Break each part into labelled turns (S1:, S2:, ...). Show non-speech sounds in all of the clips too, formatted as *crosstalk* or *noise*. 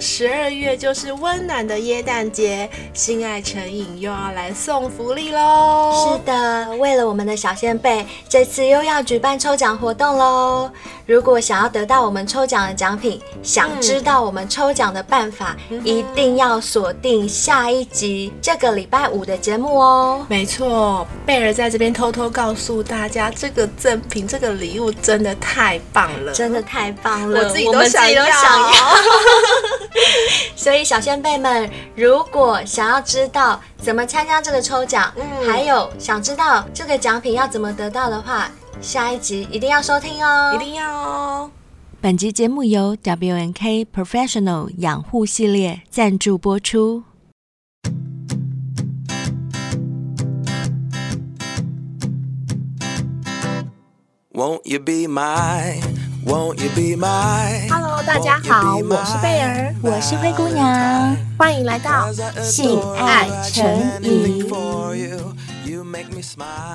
S1: 十二月就是温暖的耶诞节，性爱成瘾又要来送福利喽！
S2: 是的，为了我们的小先贝，这次又要举办抽奖活动喽。如果想要得到我们抽奖的奖品，想知道我们抽奖的办法，一定要锁定下一集这个礼拜五的节目哦。
S1: 没错，贝尔在这边偷偷告诉大家，这个赠品、这个礼物真的太棒了，
S2: 真的太棒了，
S1: 我自己都
S2: 们自
S1: 想
S2: 己都
S1: 要。
S2: 想要。 *laughs* 所以小先辈们，如果想要知道怎么参加这个抽奖，
S1: 嗯
S2: 还有想知道这个奖品要怎么得到的话，下一集一定要收听哦。
S1: 一定要哦！
S3: 本集节目由 WNK Professional 养护系列赞助播出。
S4: Won't you be my? Won't you be my?
S5: Hello，大家好，我是贝尔，
S3: 我是灰姑娘，
S5: 欢迎来到。
S3: 性爱成瘾。
S4: 贝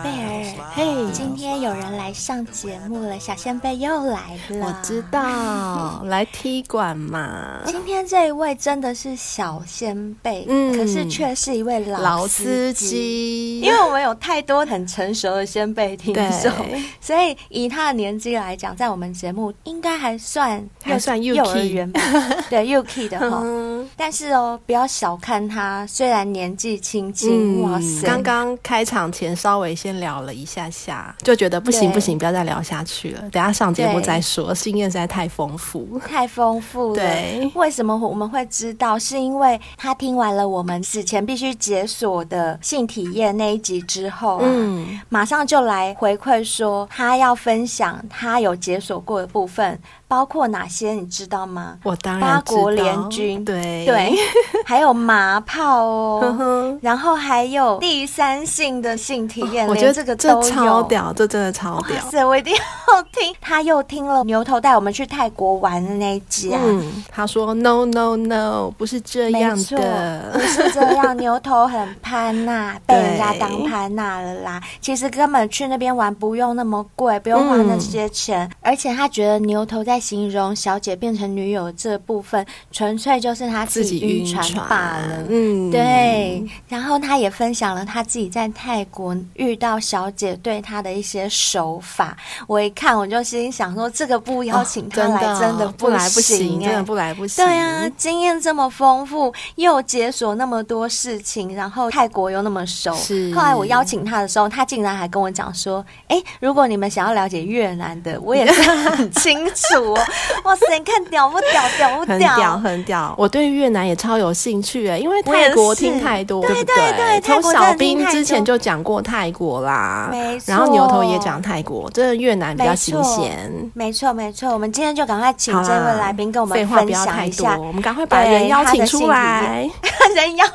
S2: 贝尔
S5: 嘿
S2: 今天有人来上节目了，小仙贝又来了。
S1: 我知道，来踢馆嘛。
S2: 今天这一位真的是小先辈，
S1: 嗯
S2: 可是却是一位
S1: 老
S2: 老
S1: 司
S2: 司
S1: 机，
S2: *laughs* 因为我们有太多很成熟的先辈听众，
S1: 对
S2: 所以以他的年纪来讲，在我们节目应该还算
S1: 还算
S2: 幼
S1: Yuki
S2: 幼儿
S1: *laughs*
S2: 园吧，对 UK 的话。
S1: 嗯，
S2: 但是哦，不要小看他，虽然年纪轻轻，
S1: 嗯
S2: 哇塞，
S1: 刚刚开场前稍微先聊了一下下，就觉得不行
S2: 对
S1: 不行，不要再聊下去了，等一下上节目
S2: 对
S1: 再说，经验实在太丰富。
S2: 太丰富了。
S1: 对
S2: 为什么我们会知道？是因为他听完了我们死前必须解锁的性体验那一集之后、啊，
S1: 嗯，
S2: 马上就来回馈说他要分享他有解锁过的部分，包括哪些，你知道吗？
S1: 我当然
S2: 八
S1: 知道
S2: 国联军，
S1: 对
S2: 对， *laughs* 还有麻炮
S1: 呵 *laughs*
S2: 哦。
S1: 呵。
S2: 然后还有第三性的性体验，
S1: 哦我
S2: 连
S1: 觉得
S2: 这个
S1: 这
S2: 都
S1: 超
S2: 有。
S1: 屌，这真的超屌
S2: 哇。塞，我一定要听！他又听了牛头带我们去泰国玩的那一集啊，
S1: 嗯，他说 no no no，不是这
S2: 没
S1: 样
S2: 错，不
S1: 的。
S2: 是这样，牛头很潘呐、
S1: *laughs*
S2: 被人家
S1: 对
S2: 当潘娜了啦。其实根本去那边玩不用那么贵，不用花
S1: 嗯
S2: 那些钱，而且他觉得牛头在形容小姐变成女友这部分，纯粹就是他
S1: *laughs* 自己
S2: 己
S1: 晕
S2: 晕船罢了。
S1: 嗯，
S2: 对，然后他也分享了他自己在泰国遇到小姐对他的一些手法。我一看，我就心想说，这个不邀请他
S1: 哦真
S2: 来，
S1: 的
S2: 真的
S1: 不来不行，
S2: 行、
S1: 真
S2: 哎
S1: 的不来不行。
S2: 对啊，经验这么丰富，又解锁那么多事情，然后泰国又那么熟。
S1: 是
S2: 后来我邀请他的时候，他竟然还跟我讲说：“哎，如果你们想要了解越南的，我也是很清
S1: *laughs*
S2: 楚、哦。” *laughs* 哇塞，你看屌不屌？屌不
S1: 很屌，很屌！我对越南也超有兴趣哎，因为泰
S2: 我
S1: 国
S2: 也是
S1: 听太多，
S2: 对
S1: 不
S2: 对对泰
S1: 从
S2: 国
S1: 小
S2: 真的听
S1: 兵
S2: 太
S1: 之前
S2: 多
S1: 就讲过泰国啦，
S2: 没错
S1: 然后牛头也讲泰国，真的越南比较新鲜。
S2: 没错，没错。我们今天就赶快请
S1: 好啦
S2: 这位来宾跟我们
S1: 废话
S2: 分
S1: 不要
S2: 享
S1: 太
S2: 一
S1: 多
S2: 下，
S1: 我们赶快把
S2: 对
S1: 人邀
S2: 他的
S1: 请出
S2: 性
S1: 来，
S2: *laughs* 人妖，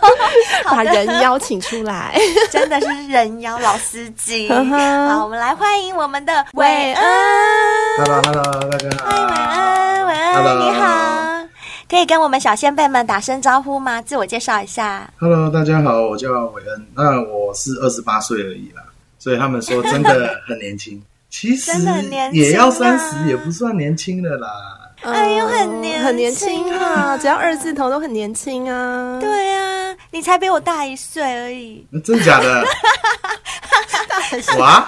S1: *laughs*
S2: 好
S1: 把
S2: 的
S1: 人邀请出来。
S2: *laughs*
S1: 嗯
S2: 真的是人妖老司
S1: *laughs*
S2: 机。
S1: 呵呵
S2: 好，我们来欢迎我们的
S1: 韦
S2: 韦
S1: 恩
S2: 恩。
S6: Hello，Hello，大家
S2: 嗨，晚
S6: 好。
S2: 安，晚安
S6: Hello
S2: 你好，可以跟我们小先辈们打声招呼吗？自我介绍一下。
S6: Hello，大家好，我叫韦恩，那我是二十八岁而已啦，所以他们说真的很年
S2: *laughs*
S6: 轻，其实
S2: 真的很年轻啊
S6: 也要三十，也不算年轻的啦。
S2: 哎呦很
S1: 嗯
S2: 年
S1: 很年
S2: 轻
S1: 轻啊，只要二字头都很年轻
S6: 嗯
S1: 啊。
S2: 对啊，你才比我大一岁而已。
S6: 那真的
S2: *laughs*
S6: 假的？哇！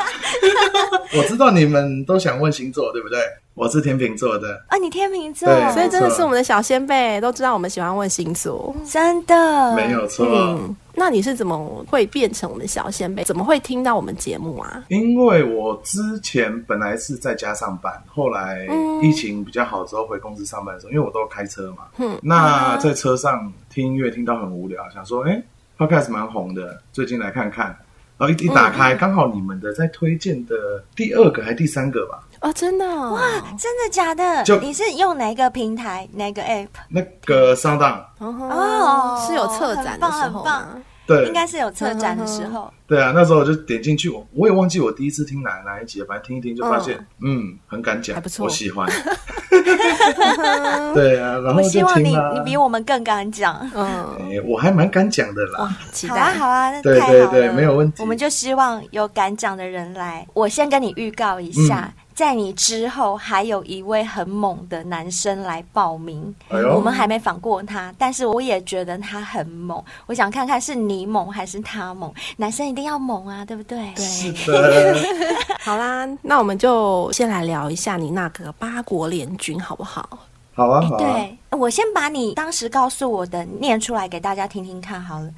S6: 我知道你们都想问星座，对不对？我是天秤座的，
S2: 啊，你天秤座，
S6: 对
S1: 所以真的是我们的小先辈都知道我们喜欢问星座。
S2: 真的
S6: 没有错。
S1: 嗯，那你是怎么会变成我们小先辈？怎么会听到我们节目啊？
S6: 因为我之前本来是在家上班，后来
S2: 嗯
S6: 疫情比较好之后回公司上班的时候，因为我都开车嘛，
S1: 嗯
S6: 那在车上听音乐听到很无聊，想说，哎、p o d c a s t 蛮红的，最近来看看。然后一一打开，
S2: 嗯
S6: 刚、好你们的在推荐的第二个还第三个吧，
S1: 哦，真的、哦、哇！
S2: 真的假的
S6: 就？
S2: 你是用哪一个平台，哪个 app？
S6: 那个 Sound On，
S1: 哦
S2: 哦，
S1: 是有策展的时
S2: 很
S1: 候
S2: 棒很
S1: 吗
S2: 棒？
S6: 对，
S2: 应该是有策展的时候。
S6: 对啊，那时候我就点进去，我我也忘记我第一次听哪哪一集了，反正听一听就发现，嗯很敢讲，
S1: 还不错
S6: 我
S2: *laughs*
S6: 喜欢。对啊，然后
S2: 我
S6: 就
S2: 希望你
S6: 听啦
S2: 你比我们更敢讲。
S1: 嗯，
S6: 哎、我还蛮敢讲的啦。 *laughs*
S1: 期
S2: 好啊，
S1: 待。
S2: 好啊，那
S6: 对
S2: 太好
S6: 对
S2: 了，
S6: 对没有问题嗯
S2: 我们就希望有敢讲的人来。我先跟你预告一下，在你之后还有一位很猛的男生来报名，
S6: 哎呦
S2: 我们还没访过他，但是我也觉得他很猛。我想看看是你猛还是他猛，男生一定要猛啊，对不对？对，
S6: 对，
S1: 好啦，那我们就先来聊一下你那个八国联军好不好？
S6: 好啊，好啊，
S2: *laughs* 对我先把你当时告诉我的呃念出来给大家听听看好了。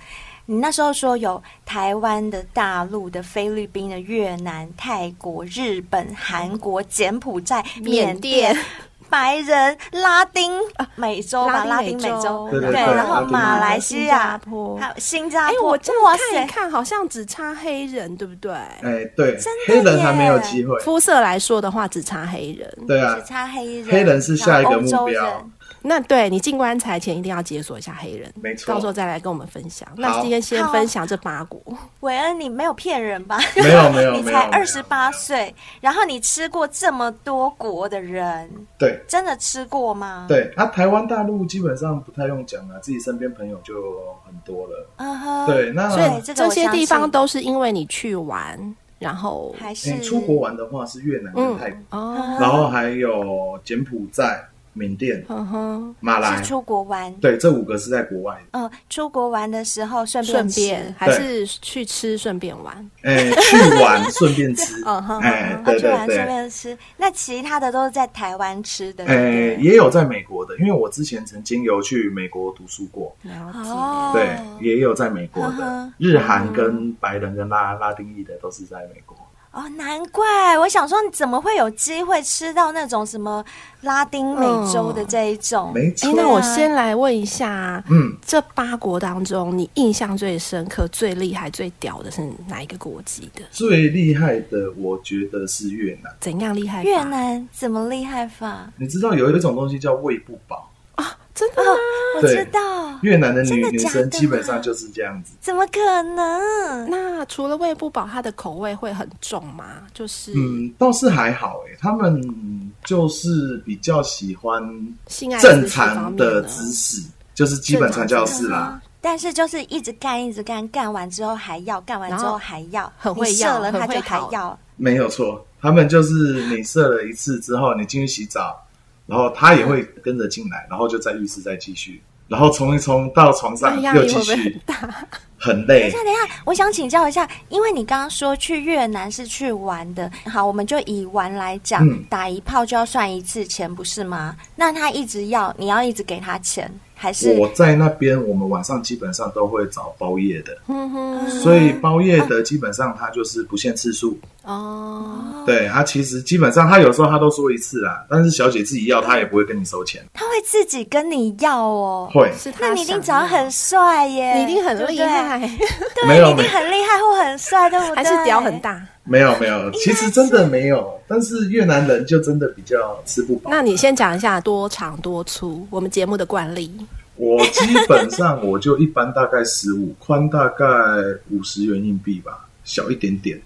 S2: 你那时候说有台湾的、大陆的、菲律宾的、越南、泰国、日本、韩国、柬埔寨、
S1: 缅
S2: 缅
S1: 甸
S2: 甸。 *laughs* 白人、拉丁、呃美洲吧，拉丁美洲，
S6: 对对对
S2: 然后
S6: 拉丁美洲
S2: 马来西亚
S1: 新加、坡
S2: 还有新加
S1: 哎、
S2: 坡，
S1: 我这
S2: 哇
S1: 样看一
S2: 塞，
S1: 看，好像只差黑人，对不对？
S6: 哎，对
S2: 真，的
S6: 黑人
S2: 耶
S6: 还没有机会，
S1: 肤色来说的话，只差黑人。
S6: 对啊
S2: 只，差黑人，
S6: 黑人是下一个
S2: 然后欧洲
S6: 目标
S2: 人。。
S1: 那对你进棺材前一定要解锁一下黑人，
S6: 没错
S1: 到时候再来跟我们分享。那今天先
S2: 好
S1: 分享这八国，
S2: 韦恩，你没有骗人吧？
S6: *laughs* 没有没有
S2: 你
S6: 没有
S2: 才
S6: 没有
S2: 二十八岁，然后你吃过这么多国的人，
S6: 对
S2: 真的吃过吗？，
S6: 对，啊，台湾大陆基本上不太用讲了，自己身边朋友就很多了。哎
S2: 嗯哼，
S6: 对，那
S2: 所以这个
S1: 这
S2: 我
S1: 些
S2: 相
S1: 地
S2: 信
S1: 方都是因为你去玩，然后
S2: 还是嗯
S6: 你出国玩的话是越南跟泰国，
S1: 哦，
S6: 然后还有柬埔寨、缅甸、
S1: 嗯哼，
S6: 马来
S2: 是，出国玩，
S6: 对，这五个是在国外的。
S2: 嗯，出国玩的时候顺
S1: 顺
S2: 吃
S1: 便还是去吃，顺便玩。
S6: 哎，去
S2: *laughs*
S6: 玩顺便吃，
S1: 嗯哼
S6: 哎，
S2: 啊
S6: 对
S2: 去
S6: 对
S2: 玩顺
S6: 对，
S2: 便吃，那其他的都是在台湾吃的，
S6: 哎
S2: 对，不对
S6: 也有在美国的，因为我之前曾经有去美国读书过，
S1: 了解。
S2: 哦，
S6: 对，也有在美国
S2: 嗯
S6: 的，日韩跟白人跟拉拉丁裔的都是在美国。
S2: 哦，难怪我想说，你怎么会有机会吃到那种什么拉丁美洲的这一种？
S6: 没
S1: 哎
S6: 错，，
S2: 啊
S1: 那我先来问一下，
S6: 嗯，
S1: 这八国当中，你印象最深刻、最厉害、最屌的是哪一个国籍的？
S6: 最厉害的我觉得是越南。
S1: 怎样厉害法？
S2: 越南怎么厉害法？
S6: 你知道有一种东西叫胃不饱，
S1: 啊真的吗？
S2: 我
S6: 对
S2: 知道，
S6: 越南的女
S2: 真的
S6: 女
S2: 假的
S6: 生基本上就是这样子。
S2: 怎么可能？
S1: 那除了喂不饱，它的口味会很重吗？就是
S6: 嗯，倒是还好诶、他们就是比较喜欢
S1: 性爱
S6: 正
S1: 姿势方
S6: 常
S1: 面
S6: 的
S1: 呢
S6: 姿势，就是基本上叫是啦。
S2: 但是就是一直干，一直干，干完之后还要，干完之
S1: 然
S2: 后
S1: 后
S2: 还要，
S1: 很会
S2: 你射
S1: 要
S2: 了
S1: 很
S2: 他
S1: 会
S2: 就还
S1: 讨
S2: 要。
S6: 没有错，他们就是你射了一次之后，你进去洗澡，然后他也会跟着进来，然后就在浴室再继续，然后冲一冲到床上
S1: 那压
S6: 又
S1: 力
S6: 继
S1: 会不会很
S6: 续，很累。
S2: 那等一下，我想请教一下，因为你刚刚说去越南是去玩的，好，我们就以玩来讲，
S6: 嗯
S2: 打一炮就要算一次钱，不是吗？那他一直要，你要一直给他钱，还是
S6: 我在那边，我们晚上基本上都会找包夜的，
S1: 嗯哼，
S6: 所以包夜的基本上它就是不限次数，
S1: 哦，
S6: 对他其实基本上他有时候他都说一次啦，但是小姐自己要他也不会跟你收钱，
S2: 他会自己跟你要哦？
S6: 会
S1: 是他
S2: 那你一定长得
S1: 想要
S2: 很帅耶，
S1: 你一定很厉害，
S2: 对不对，
S6: 没
S2: 你
S6: 有
S2: 一
S6: 没
S2: 定很厉害或很帅，对不对？
S1: 还是屌很。大？
S6: 没有没有，其实真的没有，但是越南人就真的比较吃不饱。
S1: 那你先讲一下多长多粗，我们节目的惯例。
S6: 我基本上我就一般大概十五，宽大概五十元硬币吧，小一点点，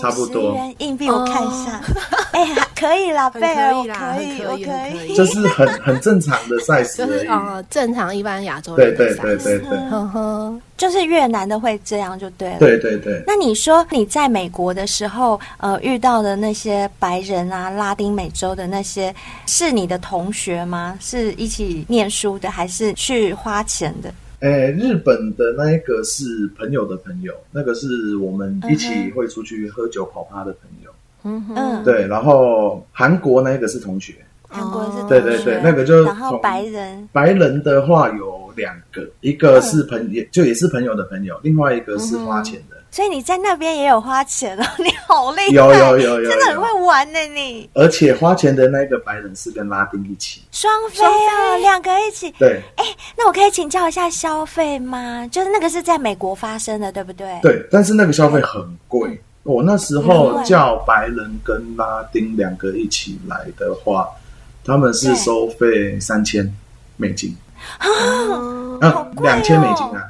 S6: 差不
S2: 50
S6: 多，
S2: 元硬币，我看一下。 *laughs* 哎、还可以啦，贝尔，我
S1: 啦，
S2: 可以，
S1: 哦
S2: 我
S1: 很可以，很
S2: 可
S1: 可
S2: 以。
S1: 以，
S6: 就是很很正常的
S2: *laughs*
S6: size
S1: 就是
S6: 而已。
S1: 呃，正常一般亚洲
S6: 对
S1: 人的
S6: 对
S1: size
S6: 对对对
S1: 呵呵，
S2: 就是越南的会这样就对了。
S6: 对对对，
S2: 那你说你在美国的时候，呃，遇到的那些白人啊、拉丁美洲的那些，是你的同学吗？是一起念书的，还是去花钱的？
S6: 哎，日本的那一个是朋友的朋友，那个是我们一起会出去喝酒跑趴的朋友。
S1: 嗯哼，
S2: 嗯，，
S6: 对，然后韩国那一个是同学，
S2: 韩国
S1: 哦
S2: 是同学
S6: 对对对那个就是
S2: 然后
S6: 从
S2: 白人，
S6: 白人的话有两个，一个是朋也就也是朋友的朋友，另外一个是花钱的。
S2: 所以你在那边也有花钱哦， *laughs* 你好厉害，
S6: 有有有有
S2: 真的很
S6: 有
S2: 会玩呢、你
S6: 而且花钱的那个白人是跟拉丁一起，
S2: 双飞哦，两个一起。
S6: 对
S2: 那我可以请教一下消费吗？就是那个是在美国发生的，对不对？
S6: 对，但是那个消费很贵。我那时
S2: 很
S6: 候
S2: 贵
S6: 叫白人跟拉丁两个一起来的话，他们是收费三千美金，
S1: 嗯
S6: 啊，两千美金啊，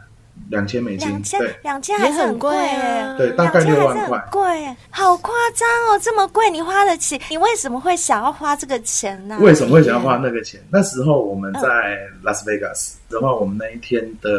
S6: 两千美金
S2: 两，千啊
S6: 对
S2: 两千还是很贵耶、
S1: 啊。
S6: 对，大
S2: 两
S6: 概
S2: 千
S6: 六
S2: 还是
S6: 万块
S2: 很。贵耶，好夸张哦！这么贵，你花得起？你为什么会想要花这个钱呢、
S6: 为什么会想要花那个钱？那时候我们在拉斯维加斯，然后我们那一天的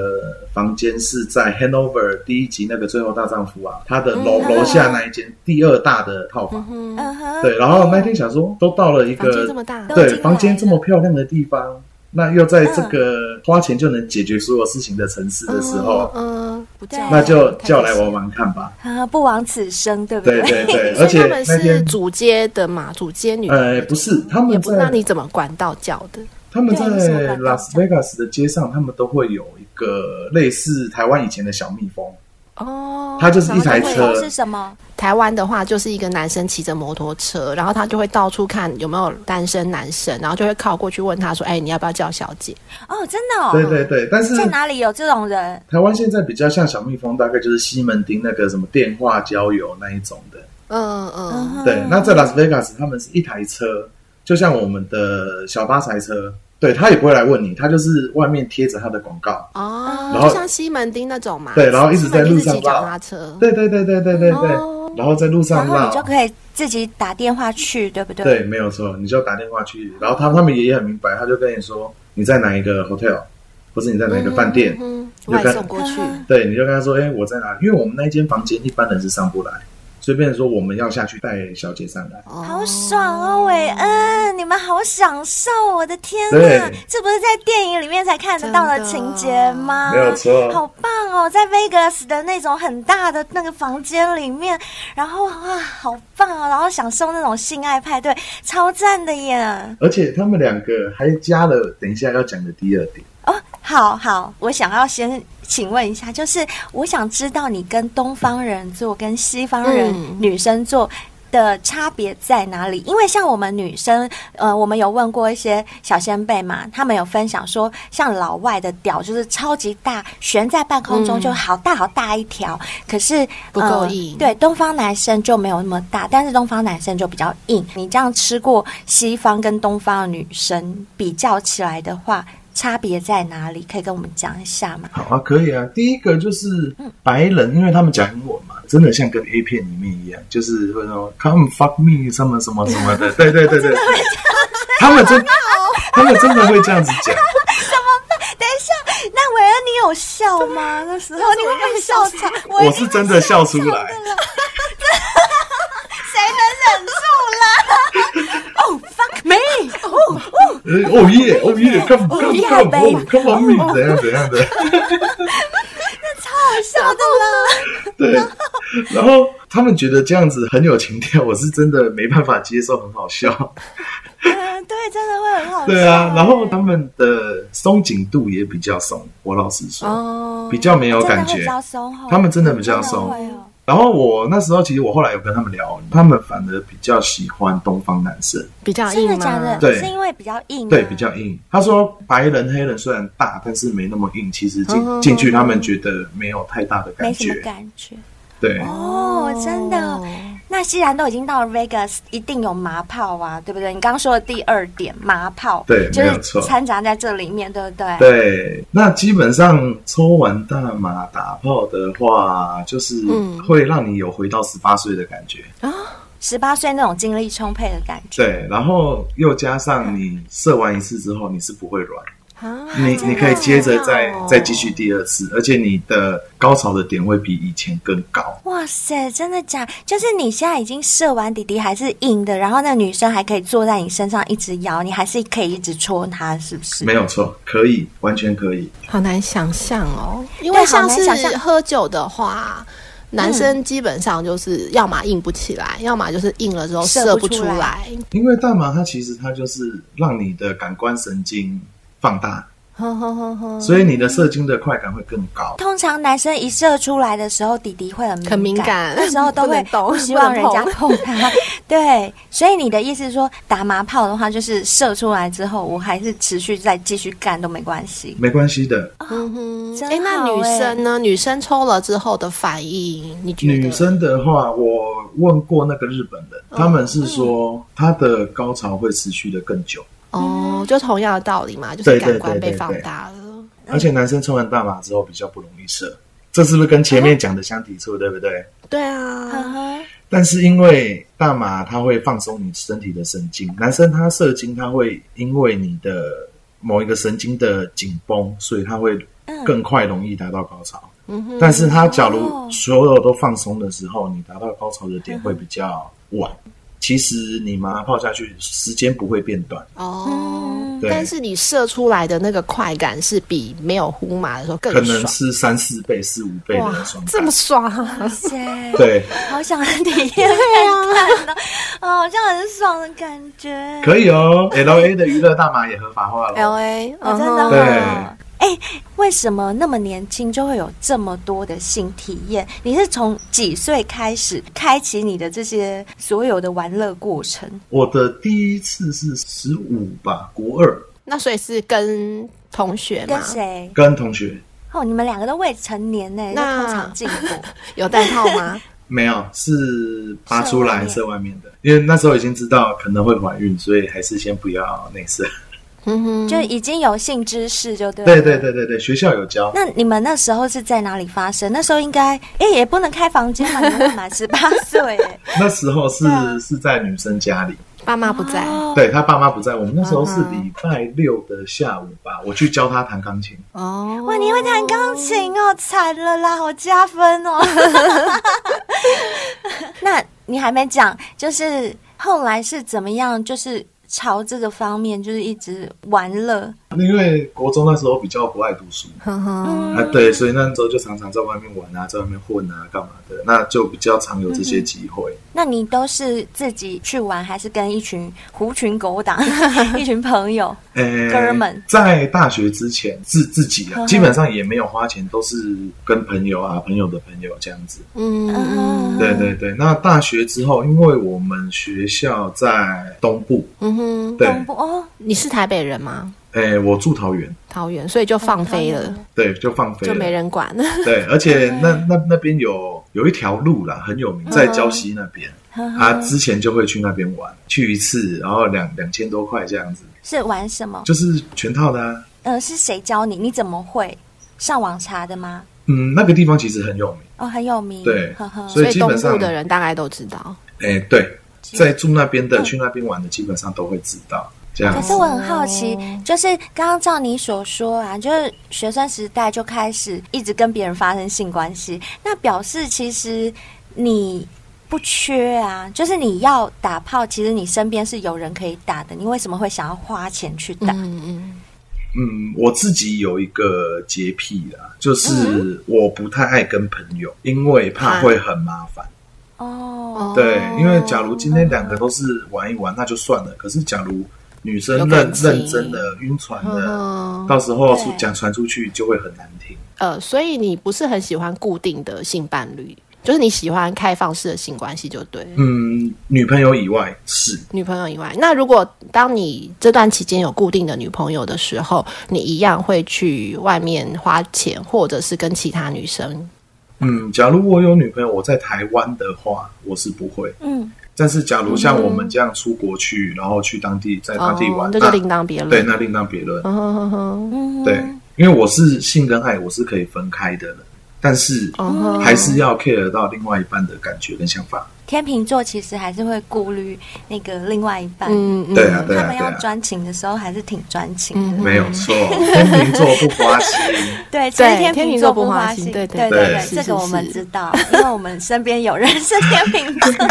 S6: 房间是在 Hanover 第一集那个《最后大丈夫》啊，他的楼楼下那一间第二大的套房。
S2: 嗯哼，
S6: 对，然后那天想说，都到了一
S1: 房间
S6: 个
S1: 这么大，
S6: 对
S2: 都已经来了
S6: 房间这么漂亮的地方，那又在这个花钱就能解决所有事情的城市的时候，
S1: 嗯，不叫
S6: 那就叫来玩玩看吧。
S2: 啊，不枉此生，对不
S6: 对对对，
S1: 所以他
S6: 而且
S1: 们
S6: 那
S1: 是
S6: 天
S1: 主街的嘛，主街女，
S6: 呃不是他
S1: 也
S6: 们
S1: 不，那
S6: 在
S1: 你怎么管道叫的？
S6: 他们在
S2: 对你怎么管道
S6: Las Vegas 的街上，他们都会有一个类似台湾以前的小蜜蜂，
S1: 哦，
S6: 它就是一台
S1: 然后
S6: 车
S1: 就会
S2: 说是什么？
S1: 台湾的话，就是一个男生骑着摩托车，然后他就会到处看有没有单身男生，然后就会靠过去问他说：“哎、你要不要叫小姐
S2: 哦，真的哦，
S6: 对对对，但是
S2: 在哪里有这种人？
S6: 台湾现在比较像小蜜蜂，大概就是西门町那个什么电话交友那一种的。？”
S1: 嗯嗯，
S2: 嗯
S6: 对，那在拉斯维加斯，他们是一台车，就像我们的小发财车，对他也不会来问你，他就是外面贴着他的广告。
S1: 哦，
S6: 然后
S1: 就像西门町那种嘛，
S6: 对然后一直
S1: 西门町
S6: 在路
S1: 是
S6: 上
S1: 骑脚
S6: 绕
S1: 踏车，
S6: 对对对对对对对，
S1: 哦
S6: 然后在路上
S2: 然后你就
S6: 绕。
S2: 可以自己打电话去，对不对？
S6: 对，没有错，你就打电话去，然后他他们也很明白，他就跟你说你在哪一个 hotel，或是你在哪一个饭店，
S1: 嗯，
S6: 有
S1: 外
S6: 看
S1: 送过去，
S6: 对，你就跟他说，哎、我在哪里？因为我们那间房间一般人是上不来，所以变成说我们要下去带小姐上来。
S2: *laughs* 好爽哦，韦恩，你们好享受！我的天呐
S6: 对，
S2: 这不是在电影里面才看得到的
S1: 真的
S2: 情节吗？
S6: 没有错
S2: 啊好棒哦，在 Vegas 的那种很大的那个房间里面，然后哇，好棒哦，然后享受那种性爱派对，超赞的耶！
S6: 而且他们两个还加了等一下要讲的第二点，
S2: 哦，好好，我想要先请问一下，就是我想知道你跟东方人做跟西方人、
S1: 嗯
S2: 女生做。的差别在哪里？因为像我们女生，呃，我们有问过一些小先辈嘛，他们有分享说，像老外的屌就是超级大，悬在半空中就好大好大一条，可是呃
S1: 不够硬
S2: 对，东方男生就没有那么大，但是东方男生就比较硬。你这样吃过西方跟东方的女生比较起来的话，差别在哪里？可以跟我们讲一下吗？
S6: 好啊，可以啊。第一个就是白人，因为他们讲英文嘛，真的像跟 A 片里面一样，就是会说 “come fuck me” 什么什么什么 *laughs* 的，对对对对，他们真他们真的会这样子讲，
S2: 等一下，那韦恩，你有笑 *laughs* 吗？那时候你会不会笑场？我
S6: 我是真的笑出来。
S2: 谁能忍住啦？ *laughs* 哦、fuck me！哦哦，
S6: 呃哦耶，哦耶，come come
S2: yeah,
S6: come，
S2: babe
S6: 哦 come on me，怎样怎样的。
S2: 好哦笑的啦！
S6: 对，然后他们觉得这样子很有情调，我是真的没办法接受，很好笑。
S2: 嗯， *laughs* 对，真的会很好笑。
S6: 对啊，然后他们的松紧度也比较松，我老实说，
S1: 哦，
S6: 比较没有
S2: 真的
S6: 感
S2: 会比
S6: 觉。
S2: 较松吼
S6: 他们真的比较
S2: 哦真的
S6: 松
S2: 会。哦
S6: 然后我那时候其实我后来有跟他们聊，他们反而比较喜欢东方男生，
S1: 比较
S2: 真
S1: 硬
S2: 的
S1: 吗？
S2: 假的？
S6: 对
S2: 是因为比较硬、啊，
S6: 对，比较硬。他说白人黑人虽然大，但是没那么硬，其实进进去他们觉得没有太大的
S2: 哦
S6: 感
S2: 没什么
S6: 觉。
S2: 感觉。
S6: 对，
S2: 哦，真的。那既然都已经到了 Vegas，一定有麻炮啊，对不对？你刚刚说的第二点，麻炮，
S6: 对
S2: 就
S6: 没有
S2: 是
S6: 错
S2: 掺杂在这里面，对不对？
S6: 对，那基本上抽完大麻打炮的话，就是
S2: 嗯
S6: 会让你有回到十八岁的感觉。
S1: 哦
S2: 十八岁那种精力充沛的感觉，
S6: 对，然后又加上你射完一次之后，你是不会软，
S1: 啊，
S6: 你你可以接着再
S1: 哦
S6: 再继续第二次，而且你的高潮的点会比以前更高。
S2: 哇塞，真的假？就是你现在已经射完底底还是硬的，然后那女生还可以坐在你身上一直摇，你还是可以一直戳她，是不是？
S6: 没有错，可以，完全可以。
S1: 好难想象哦，因
S2: 对
S1: 为
S2: 好
S1: 像
S2: 难想
S1: 是
S2: 象
S1: 喝酒的话，男生基本上就是要么硬不起来，要么就是硬了之后
S2: 射
S1: 射不
S2: 不出
S1: 出
S2: 来
S1: 来。
S6: 因为大麻它其实它就是让你的感官神经放大，
S1: 哼哼哼哼，
S6: 所以你的射精的快感会更高。
S2: 通常男生一射出来的时候，弟弟会很敏
S1: 很敏感
S2: 那时候
S1: *laughs*
S2: 都
S1: 不
S2: 会
S1: 能动
S2: 不希望人家
S1: 不能
S2: 碰他。对，所以你的意思是说，打麻炮的话，就是射出来之后，我还是持续再继续干都没关系。
S6: 没关系的，
S1: 嗯哼
S2: 真
S1: 诶那
S2: 好
S1: 女
S2: 欸
S1: 生呢？女生抽了之后的反应，你觉得？
S6: 女生的话，我问过那个日本人，他们是说她的高潮会持续的更久。
S1: 哦，就同样的道理嘛，就
S6: 对
S1: 是
S6: 对
S1: 感官
S6: 对
S1: 被
S6: 对
S1: 放
S6: 对
S1: 大了。
S6: 而且男生抽完大麻之后比较不容易射，这是不是跟前面讲的相抵触，对不对？
S1: 对啊，
S6: 但是因为大麻它会放松你身体的神经，男生他射精他会因为你的某一个神经的紧绷，所以他会
S2: 嗯
S1: 嗯
S6: 更快容易达到高潮。但是他假
S1: 哦
S6: 如所有都放松的时候，你达到高潮的点会比较晚。其实你麻泡下去，时间不会变短。
S1: 哦，
S6: 对
S1: 但是你射出来的那个快感是比没有呼麻的时候更
S6: 可
S1: 爽
S6: 能，是三四倍、四五倍的爽
S1: 这
S6: 感
S1: 么。爽，啊
S2: 塞，
S6: 对，
S2: 好想体验看
S1: 啊
S2: 看哦，哦，这样很爽的感觉。
S6: 可以哦。L A 的娱乐大麻也合法化了。
S1: L A，
S2: 哦、真的、
S6: 嗯对
S2: 哦。哎，为什么那么年轻就会有这么多的性体验？你是从几岁开始开启你的这些所有的玩乐过程？
S6: 我的第一次是十五吧，国二
S1: 那所以是跟同学嘛
S2: 跟，谁？
S6: 跟同学
S2: 哦，你们两个都未成年呢，就
S1: 那
S2: 偷尝禁果。
S1: *laughs* 有戴套
S2: *laughs*
S1: 吗？
S6: 没有，是拔出来
S2: 射
S6: 射外面的，因为那时候已经知道可能会怀孕，所以还是先不要内射。
S1: 嗯哼，
S2: 就已经有性知识就对了。
S6: 对对。对对对，学校有教。
S2: 那你们那时候是在哪里发生？那时候应该，哎，也不能开房间嘛，你们未满十八岁，哎，
S6: 那时候是是在女生家里，
S1: 爸妈不在，
S2: 哦
S6: 对她爸妈不在，我们那时候是礼拜六的下午吧，我去教她弹钢琴。
S1: 哦，
S2: 哇，你会弹钢琴哦，惨了啦，好加分 *laughs* 哦。那你还没讲，就是后来是怎么样？就是朝这个方面，就是一直玩乐。
S6: 因为国中那时候比较不爱读书，
S1: 哼嗯哼，
S6: 啊，对，所以那时候就常常在外面玩啊，在外面混啊，干嘛的，那就比较常有这些机会。
S2: 那你都是自己去玩，还是跟一群狐群狗 *laughs* 党、一群朋友？
S6: 诶
S2: 哥们
S6: 呃在大学之前自自己啊，基本上也没有花钱，都是跟朋友啊、朋友的朋友这样子。
S1: 嗯嗯
S6: 对对对，那大学之后，因为我们学校在东部，
S1: 嗯哼，
S6: 对，
S2: 懂不？哦，
S1: 你是台北人吗？
S6: 诶，呃我住桃园，
S1: 桃园，所以就放飞了，
S2: 哦
S6: 对，就放飞
S1: 就
S6: 了，
S1: 没人嗯管。
S6: 对，而且那那那边有有一条路啦，很有名，
S1: 嗯
S6: 在礁溪那边，他之前就会去那边玩，去一次，然后两两千多块这样子，
S2: 是玩什么？
S6: 就是全套的、啊。
S2: 呃，是谁教你？你怎么会上网查的吗？
S6: 嗯，那个地方其实很有名，
S2: 哦，很有名。
S6: 对
S2: 呵
S1: *laughs*
S2: 呵，
S6: 所以基
S1: 东
S6: 本上
S1: 部的人大概都知道，
S6: 哎、对，在住那边的去那边玩的，基本上都会知道这样
S2: 可
S6: 子
S2: 是。我很好奇，就是刚刚照你所说啊，就是学生时代就开始一直跟别人发生性关系，那表示其实你不缺啊，就是你要打炮，其实你身边是有人可以打的，你为什么会想要花钱去打？
S1: 嗯
S6: 嗯，我自己有一个洁癖啦，就是我不太爱跟朋友，因为怕会很麻烦。
S2: 哦，
S6: 对，因为假如今天两个都是玩一玩，那就算了。可是假如女生
S1: 有
S6: 认
S1: 感情
S6: 认真的晕船
S1: 嗯
S6: 了，到时候出
S2: 对
S6: 讲传出去就会很难听。
S1: 呃，所以你不是很喜欢固定的性伴侣，就是你喜欢开放式的性关系就对。
S6: 嗯，女朋友以外是
S1: 女朋友以外，那如果当你这段期间有固定的女朋友的时候，你一样会去外面花钱，或者是跟其他女生
S6: 嗯，假如我有女朋友，我在台湾的话，我是不会。
S2: 嗯，
S6: 但是假如像我们这样出国去，然后去当地在当地玩，
S1: 哦这嗯
S6: 那
S1: 就另当别论。
S6: 对，那另当别论。
S1: 嗯哼哼哼
S2: 嗯
S6: 对，因为我是性跟爱我是可以分开的，但是
S1: 嗯哼
S6: 还是要 care 到另外一半的感觉跟想法。
S2: 天秤座其实还是会顾虑那个另外一半，
S1: 嗯嗯
S6: 对啊，对
S2: 他
S6: 啊，
S2: 们
S6: 对
S2: 要
S6: 啊。
S2: 专情的时候还是挺专情的。
S6: 没有
S1: *laughs*
S6: 错，天秤座不花心。
S2: 对，其实
S1: 对天
S2: 天秤
S1: 秤
S2: 座
S1: 座不花
S2: 花
S1: 心
S2: 对
S1: 对
S2: 对
S1: 对
S6: 对
S2: 对，
S1: 是
S2: 这
S1: 是
S2: 个我们
S1: 是
S2: 知道，因为我们身边有人是天
S1: *laughs*
S2: 秤座。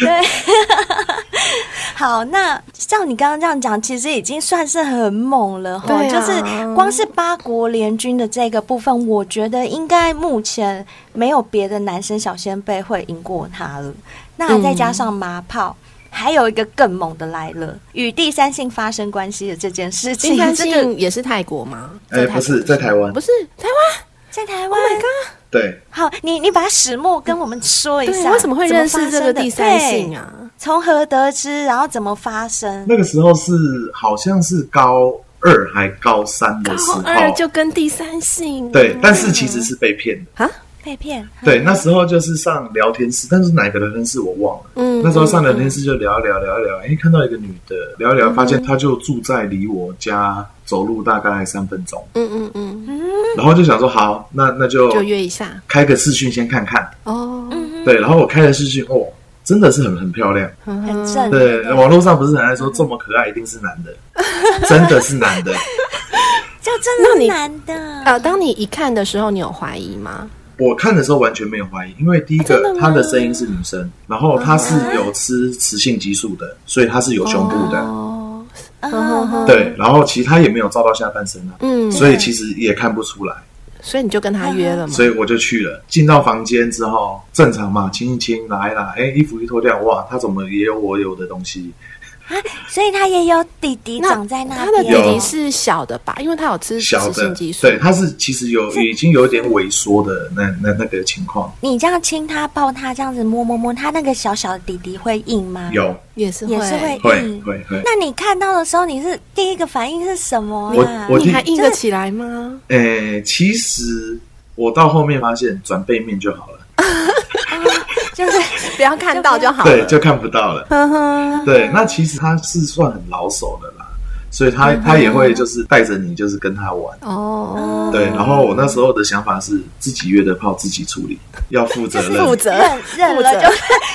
S2: 对，好，那像你刚刚这样讲，其实已经算是很猛了哈、
S1: 对啊
S2: 就是光是八国联军的这个部分，我觉得应该目前没有别的男生小先辈会赢过他了。那再加
S1: 嗯
S2: 上麻炮。还有一个更猛的来了，与第三性发生关系的这件事情，
S1: 第三
S2: 这个
S1: 性也是泰国吗？
S6: 哎，
S1: 泰
S6: 不
S1: 国
S6: 是在台湾
S1: 不，是台湾，
S2: 在台
S1: ，Oh
S2: 湾
S6: 对，
S2: 好，你你把始末跟我们哎说一
S1: 对，
S2: 下，
S1: 为什么会认识这个第三性
S2: 啊？
S1: 啊？
S2: 从何得知，然后怎么发生？
S6: 那个时候是好像是高二还高三的时
S1: 高嗯
S6: 候，
S1: 二就跟第三性，
S6: 对，但是其实是被骗的
S1: 啊，
S2: 被骗，
S6: 对，那时候就是上聊天室，但是哪个聊天室我忘了。嗯，那时候上聊天室就聊一聊聊一聊，哎、看到一个女的，聊一聊，发现她就住在离我家走路大概三分钟，
S1: 嗯嗯嗯，
S6: 然后就想说好，那那就
S1: 就约一下
S6: 开个视讯先看看。
S1: 哦，
S6: 对，然后我开了视讯，哦，真的是很很漂亮。
S2: 很正。
S6: 对，网络上不是很爱说这么可爱一定是男的，真的是男的。
S2: 就真的
S1: 那
S2: 是
S1: 你
S2: 男的，
S1: 呃，当你一看的时候，你有怀疑吗？
S6: 我看的时候完全没有怀疑，因为第一个她的声音是女生，然后她是有吃雌性激素的，所以她是有胸部的。
S1: 哦，
S2: 嗯
S6: 对，然后其实他也没有照到下半身啊，
S1: 嗯，
S6: 所以其实也看不出来，
S1: 所以你就跟他约了嘛？
S6: 所以我就去了。进到房间之后，正常嘛，亲一亲，拿一拿，哎，衣服一脱掉，哇，他怎么也有我有的东西？
S2: 嗯所以他也有弟弟长在那
S1: 他的弟
S2: 边，
S1: 弟
S6: 有
S1: 是小的吧？因为他有吃
S6: 小
S1: 雌
S6: 的
S1: 性激，素，
S6: 对，他是其实有已经有点萎缩的那那那个情况，
S2: 你这样亲他、抱他，这样子摸摸摸，他那个小小的弟弟会硬吗？
S1: 嗯
S6: 有
S1: 也是
S2: 也是会
S6: 会
S1: 嗯
S2: 硬。
S6: 会会。
S2: 那你看到的时候，你是第一个反应是什么
S6: 我
S2: 啊？
S6: 我
S1: 你
S6: 第
S1: 还硬得起来吗？
S6: 诶，其实我到后面发现转背面就好了，
S2: 就是
S1: 不要看到就好
S6: 对，
S1: 了。
S6: 就看不到了。
S1: 呵呵，
S6: 对，那其实他是算很老手的啦，所以他
S1: 嗯
S6: 他也会就是带着你，就是跟他玩。
S1: 哦，
S6: 对，然后我那时候的想法是自己约的炮自己处理，要负责任。
S1: 负责，
S2: 认认了就，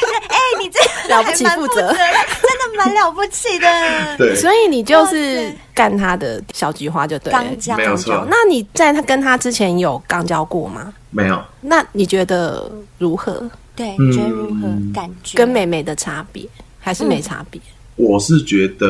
S2: *laughs* 哎，你这
S1: 了不起
S2: 还蛮
S1: 负责
S2: 真的蛮了不起
S6: *laughs*
S2: 的。
S6: 对，
S1: 所以你就是干他的小菊花就对了。
S2: 刚交
S6: 没有错
S1: 那你在他跟他之前有刚交过吗？
S6: 没有
S1: 那你觉得如何？
S2: 对，
S6: 嗯
S2: 觉得如何？感觉
S1: 跟美美的差别还是没差别？
S6: 我是觉得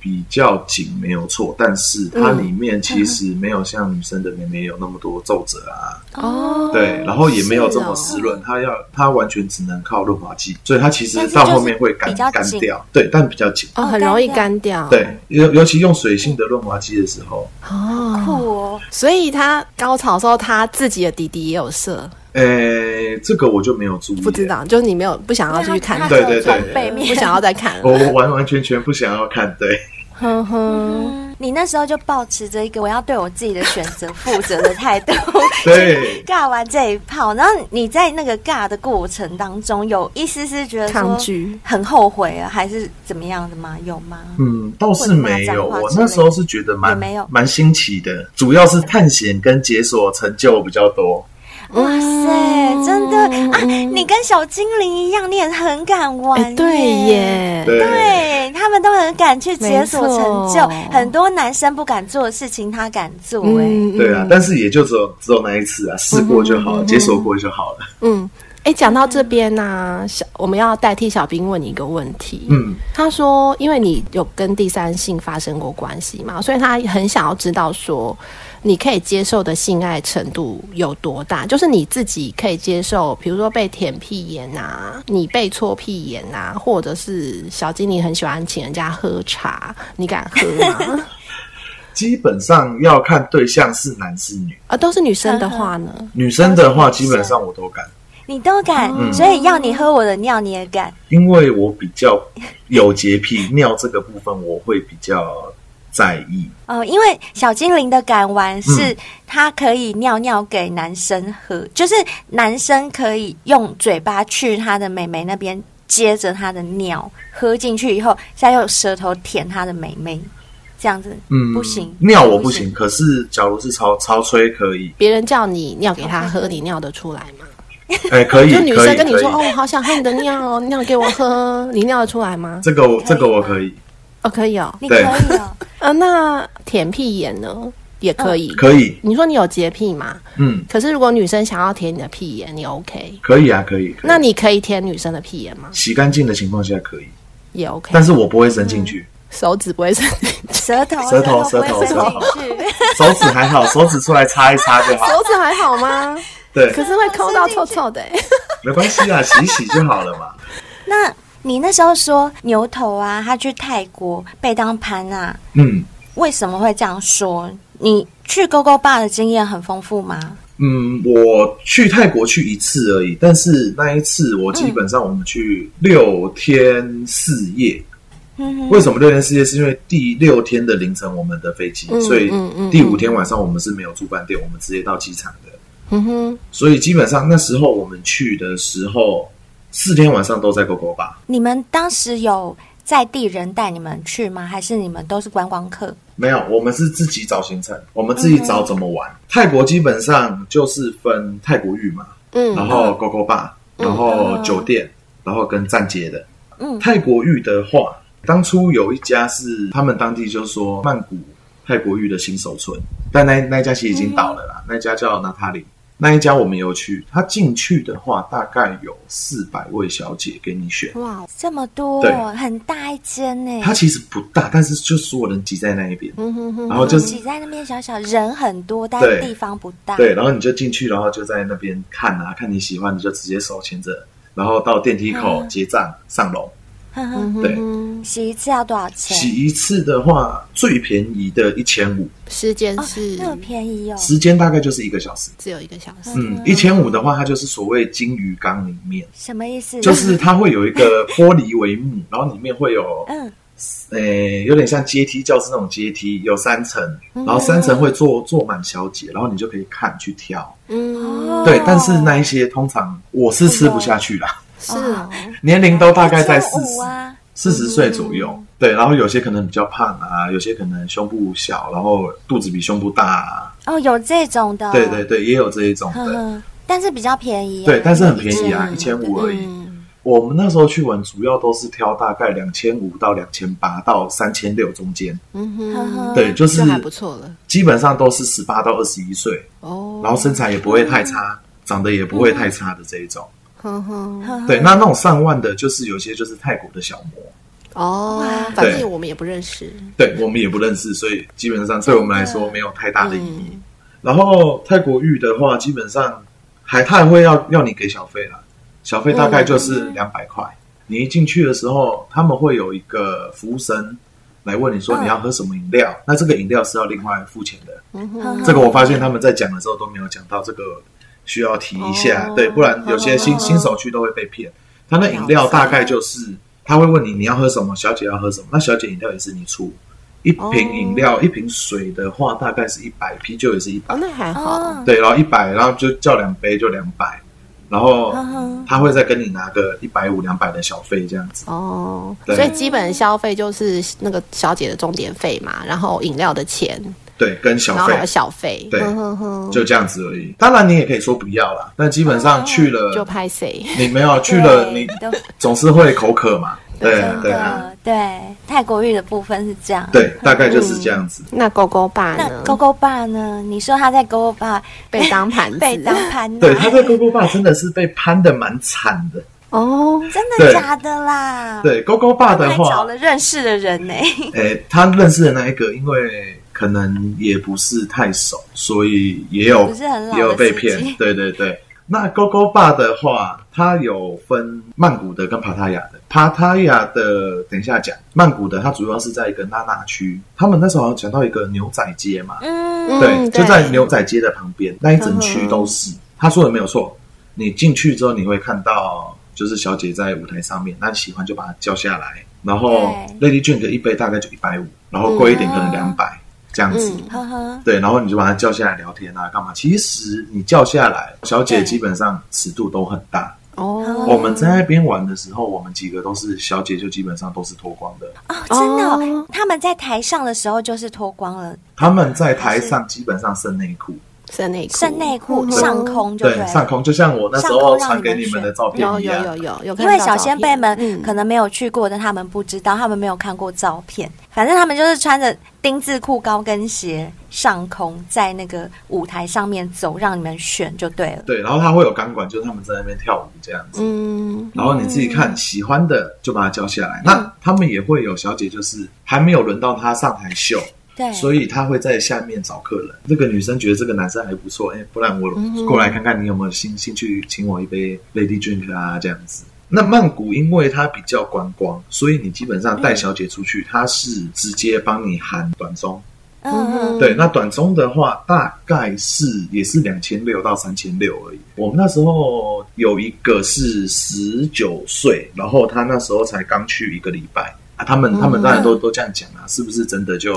S6: 比较紧没有错，但是它
S1: 嗯
S6: 里面其实没有像女生的妹妹有那么多皱褶啊，
S1: 哦
S6: 对，然后也没有这么
S1: 是
S6: 湿
S1: 哦
S6: 润，它要它完全只能靠润滑剂，所以它其实
S2: 但是
S6: 到
S2: 就是
S6: 后面会干
S2: 比较
S6: 干
S2: 紧
S6: 掉，对，但比较紧。
S1: 哦，很容易干掉。
S6: 对，尤尤其用水性的润滑剂的时候，
S1: 哦，
S2: 酷哦，
S1: 所以他高潮的时候，他自己的弟弟也有射，
S6: 诶，这个我就没有注意，
S1: 不知。道，就是你没有不想要继续看
S2: 因为他
S1: 了，
S6: 对对
S2: 他只有
S6: 对
S2: 从背面
S1: 不想要再看
S6: 我
S1: 了。
S6: 我完完全全不想要看，对，
S1: 哼哼，
S2: 你那时候就保持着一个我要对我自己的选择负责的态
S6: *laughs*
S2: 度，
S6: 对
S2: 尬完这一炮，然后你在那个尬的过程当中，有一丝丝觉得说
S1: 抗拒
S2: 很后悔啊，还是怎么样的吗？有吗？
S6: 嗯，倒是没有，
S2: 或者骂脏话
S6: 我
S2: 之类的
S6: 那时候是觉得蛮
S2: 也没有
S6: 蛮新奇的，主要是探险跟解锁成就比较多。
S1: 嗯
S2: 哇塞，真的啊！你跟小精灵一样，你也很敢玩、
S1: 哎，对。耶，
S6: 对，
S2: 对他们都很敢去解锁
S1: 没错嗯
S2: 成就，很多男生不敢做的事情，他敢做、哎、
S6: 对啊，但是也就只有只有那一次啊，
S2: 嗯
S6: 试过就好了，解锁过就好了。
S1: 嗯，哎，讲到这边呢、小我们要代替小兵问你一个问题。
S6: 嗯，
S1: 他说，因为你有跟第三性发生过关系嘛，所以他很想要知道说，你可以接受的性爱程度有多大？就是你自己可以接受，比如说被舔屁眼啊，你被搓屁眼啊，或者是小精灵很喜欢请人家喝茶，你敢喝吗？
S6: 基本上要看对象是男是女，
S1: 啊，都是女生的话呢？
S6: 女生的话基本上我都敢，
S2: 你都敢，
S6: 嗯
S2: 所以要你喝我的尿，你也敢。
S6: 因为我比较有洁癖，尿这个部分我会比较在意。
S2: 哦，因为小精灵的敢玩是
S6: 嗯
S2: 它可以尿尿给男生喝，就是男生可以用嘴巴去他的妹妹那边接着他的尿喝进去以后，再用舌头舔他的妹妹，这样子，
S6: 嗯，
S2: 不行，
S6: 尿我不行，，可是假如是潮潮吹可以，
S1: 别人叫你尿给他喝，你尿得出来吗？
S6: 哎、可以，
S1: 就女生跟你
S6: 可以
S1: 说：“
S6: 可
S1: 哦，
S6: 以
S1: 我好想喝你的尿 *laughs* 哦，尿给我喝。”你尿得出来吗？
S6: 这个我这个我可以，
S1: 哦，可以哦。
S2: 你可以哦，
S1: 呃，那舔屁眼呢，也可以。
S6: 可以，
S1: 你说你有洁癖嘛？
S6: 嗯，
S1: 可是如果女生想要舔你的屁眼，你 OK？
S6: 可以啊，可以。可以
S1: 那你可以舔女生的屁眼吗？
S6: 洗干净的情况下可以，
S1: 也 OK，
S6: 但是我不会伸
S1: *laughs*
S6: 进去，
S1: 手指不会伸进去，
S2: 舌头，
S6: 舌头
S2: 不会
S6: 舌头
S2: 伸进去。
S6: 手指还好，手指出来擦一擦就好。
S1: 手指还好吗？
S6: 对，
S1: 可是会抠到臭臭的、欸。
S6: 没关系啊，洗一洗就好了嘛。
S2: 那你那时候说牛头啊，他去泰国被当潘啊，
S6: 嗯
S2: 为什么会这样说？你去勾勾爸的经验很丰富吗？
S6: 嗯，我去泰国去一次而已，但是那一次我基本上我们去六天四夜。
S2: 嗯
S6: 为什么六天四夜？是因为第六天的凌晨我们的飞机，
S1: 嗯
S6: 所以
S1: 嗯嗯
S6: 第五天晚上我们是没有住饭店，我们直接到机场的。
S1: 嗯哼，
S6: 所以基本上那时候我们去的时候，四天晚上都在 GoGo 吧。
S2: 你们当时有在地人带你们去吗？还是你们都是观光客？
S6: 没有，我们是自己找行程，我们
S1: 嗯
S6: 自己找怎么玩。泰国基本上就是分泰国浴嘛，
S1: 嗯
S6: 然后 GoGo 吧，然后酒店，然后跟站街的。
S2: 嗯
S6: 泰国浴的话，当初有一家是他们当地就说曼谷泰国浴的新手村，但那那一家其实已经倒了
S1: 嗯
S6: 啦，那一家叫娜塔里。那一家我们有去，它进去的话大概有四百位小姐给你选，
S1: 哇，
S2: 这么多
S6: 对，
S2: 很大一间呢。
S6: 它其实不大，但是就所有人挤在那一边，
S1: 嗯哼哼，
S6: 然后就
S2: 挤在那边小小，人很多，但
S6: 对
S2: 地方不大。
S6: 对，然后你就进去，然后就在那边看啊，看你喜欢你就直接手牵着，然后到电梯口结账上楼。
S2: 呵呵，
S1: 嗯哼
S6: 对
S1: 哼，
S2: 洗一次要多少钱？
S6: 洗一次的话，最便宜的一千五，
S1: 时间
S2: 哦，
S1: 是
S2: 那么便宜哦。
S6: 时间大概就是一个小时。
S1: 只有一个小时，
S6: 嗯，一千五的话，它就是所谓金鱼缸里面，
S2: 什么意思？
S6: 就是它会有一个玻璃帷幕，然后里面会有，
S2: 嗯，
S6: 呃，有点像阶梯教室那种阶梯，有三层，
S2: 嗯
S6: 然后三层会坐坐满小姐，然后你就可以看去挑。
S1: 嗯，
S2: 哦
S6: 对，但是那一些通常我是吃不下去啦，
S1: 是哦，
S2: 嗯
S6: 年龄都大概在四
S2: 中
S6: 十
S2: 午啊，嗯
S6: 四十岁左右。对，然后有些可能比较胖啊，有些可能胸部小，然后肚子比胸部大、啊。
S2: 哦，有这种的，
S6: 对对，对，也有这一种
S2: 呵
S6: 的。
S2: 呵，但是比较便宜啊，
S6: 对，但是很便宜啊，
S1: 嗯
S6: 一千五而已。
S1: 嗯
S6: 我们那时候去玩，主要都是挑大概两千五到两千八到三千六中间，
S1: 嗯
S2: 呵
S1: 哼，
S2: 呵，
S6: 对，就是
S1: 就还不错了
S6: 基本上都是十八到二十一岁，
S1: 哦，
S6: 然后身材也不会太差，长得也不会太差的这一种。
S1: 哼嗯哼，
S2: 呵呵
S6: 对，那那种上万的，就是有些就是泰国的小模，
S1: 哦，反正我们也不认识，
S6: 对我们也不认识，所以基本上对我们来说没有太大的
S1: 嗯
S6: 意义。然后泰国浴的话，基本上海泰会要要你给小费啦，小费大概
S1: 哦
S6: 就是两百块。你一进去的时候，他们会有一个服务生来问你说你要喝什么饮料，
S1: 嗯
S6: 那这个饮料是要另外付钱的。
S2: 呵呵
S6: 这个我发现他们在讲的时候都没有讲到这个，需要提一下，
S1: 哦
S6: 对，不然有些新、新手去都会被骗。他那饮料大概就是他会问你你要喝什么，小姐要喝什么，那小姐饮料也是你出，一
S1: 哦
S6: 瓶饮料、一瓶水的话大概是一百，啤酒也是一百、
S1: 哦，那还好，
S2: 哦，
S6: 对，然后一百，然后就叫两杯就两百，然后
S2: 嗯
S6: 他会再跟你拿个一百五、两百的小费这样子。
S1: 哦，
S6: 对
S1: 所以基本消费就是那个小姐的钟点费嘛，然后饮料的钱，
S6: 对，跟小
S1: 然后
S6: 费
S1: 还有小费，
S6: 对
S1: 哼哼哼，
S6: 就这样子而已。当然你也可以说不要啦，但基本上去了、
S1: 就拍谁，
S6: 你没有去
S2: 哦
S6: 了，
S2: 对
S6: 你
S2: 都
S6: 总是会口渴嘛。对啊
S2: 真
S6: 对啊，
S2: 的，嗯对，泰国浴的部分是这样。
S6: 对，大概就是这样子。
S1: 那勾勾爸
S2: 那
S1: 呢？
S2: 勾勾爸呢？你说他在勾勾爸
S1: 被当盘子，
S2: 被 *laughs* 当盘拿，
S6: 对，他在 GoGo 爸真的是被攀的蛮惨的。
S1: 哦，
S2: 真的
S6: 对
S2: 假的啦？
S6: 对，GoGo 爸的
S2: 还找
S6: 话，
S2: 了认识的人呢、
S6: 诶、他认识的那一个，因为可能也不是太熟，所以也有
S2: 不是很老的
S6: 也有被
S2: 司机
S6: 骗。对对对。那 GoGo 爸的话，它有分曼谷的跟帕塔亚的。帕塔亚的等一下讲，曼谷的它主要是在一个娜娜区，他们那时候好像讲到一个牛仔街嘛，
S2: 嗯，
S6: 对，
S1: 嗯
S6: 就在牛仔街的旁边，那一整区都是。他说的没有错，你进去之后你会看到，就是小姐在舞台上面，那你喜欢就把她叫下来，然后 Lady Drink 一杯大概就一百五，然后贵一点可能两百这样子。
S1: 嗯
S2: 呵呵，
S6: 对，然后你就把她叫下来聊天啊，干嘛？其实你叫下来，小姐
S2: 对
S6: 基本上尺度都很大。
S1: 哦，
S6: 我们在那边玩的时候，我们几个都是小姐，就基本上都是脱光的。
S2: 哦，真的哦、
S1: 哦
S2: 他们在台上的时候就是脱光了，
S6: 他们在台上基本上剩内裤，
S1: 剩内裤，
S2: 剩内裤
S1: 嗯
S2: 上，空就
S6: 对
S2: 对，
S6: 上
S2: 了。
S6: 空，就像我那时
S2: 上空
S6: 候
S2: 让
S6: 传
S2: 你
S6: 给
S2: 们
S6: 你们
S2: 选
S6: 的照片
S1: 有
S6: 一
S1: 有
S6: 样。
S1: 有有有看到照片，
S2: 因为小先辈们
S1: 嗯
S2: 可能没有去过的，他们不知道，他们没有看过照片。反正他们就是穿着丁字裤、高跟鞋上空，在那个舞台上面走，让你们选就对了。
S6: 对，然后他会有钢管，就是他们在那边跳舞这样子。
S1: 嗯，
S6: 然后你自己看喜欢的就把它叫下
S2: 嗯
S6: 来。那他们也会有小姐，就是还没有轮到她上台秀，
S2: 对，
S6: 所以她会在下面找客人。这个女生觉得这个男生还不错，哎，不然我
S2: 嗯
S6: 过来看看你有没有兴兴趣请我一杯 Lady Drink 啊这样子。那曼谷因为它比较观光，所以你基本
S2: 嗯
S6: 上带小姐出去，她是直接帮你含短中。
S2: 嗯嗯，
S6: 对，那短中的话，大概是也是两千六到三千六而已。我们那时候有一个是十九岁，然后他那时候才刚去一个礼拜，啊他们他们当然都、都这样讲啊，是不是真的 *laughs* 就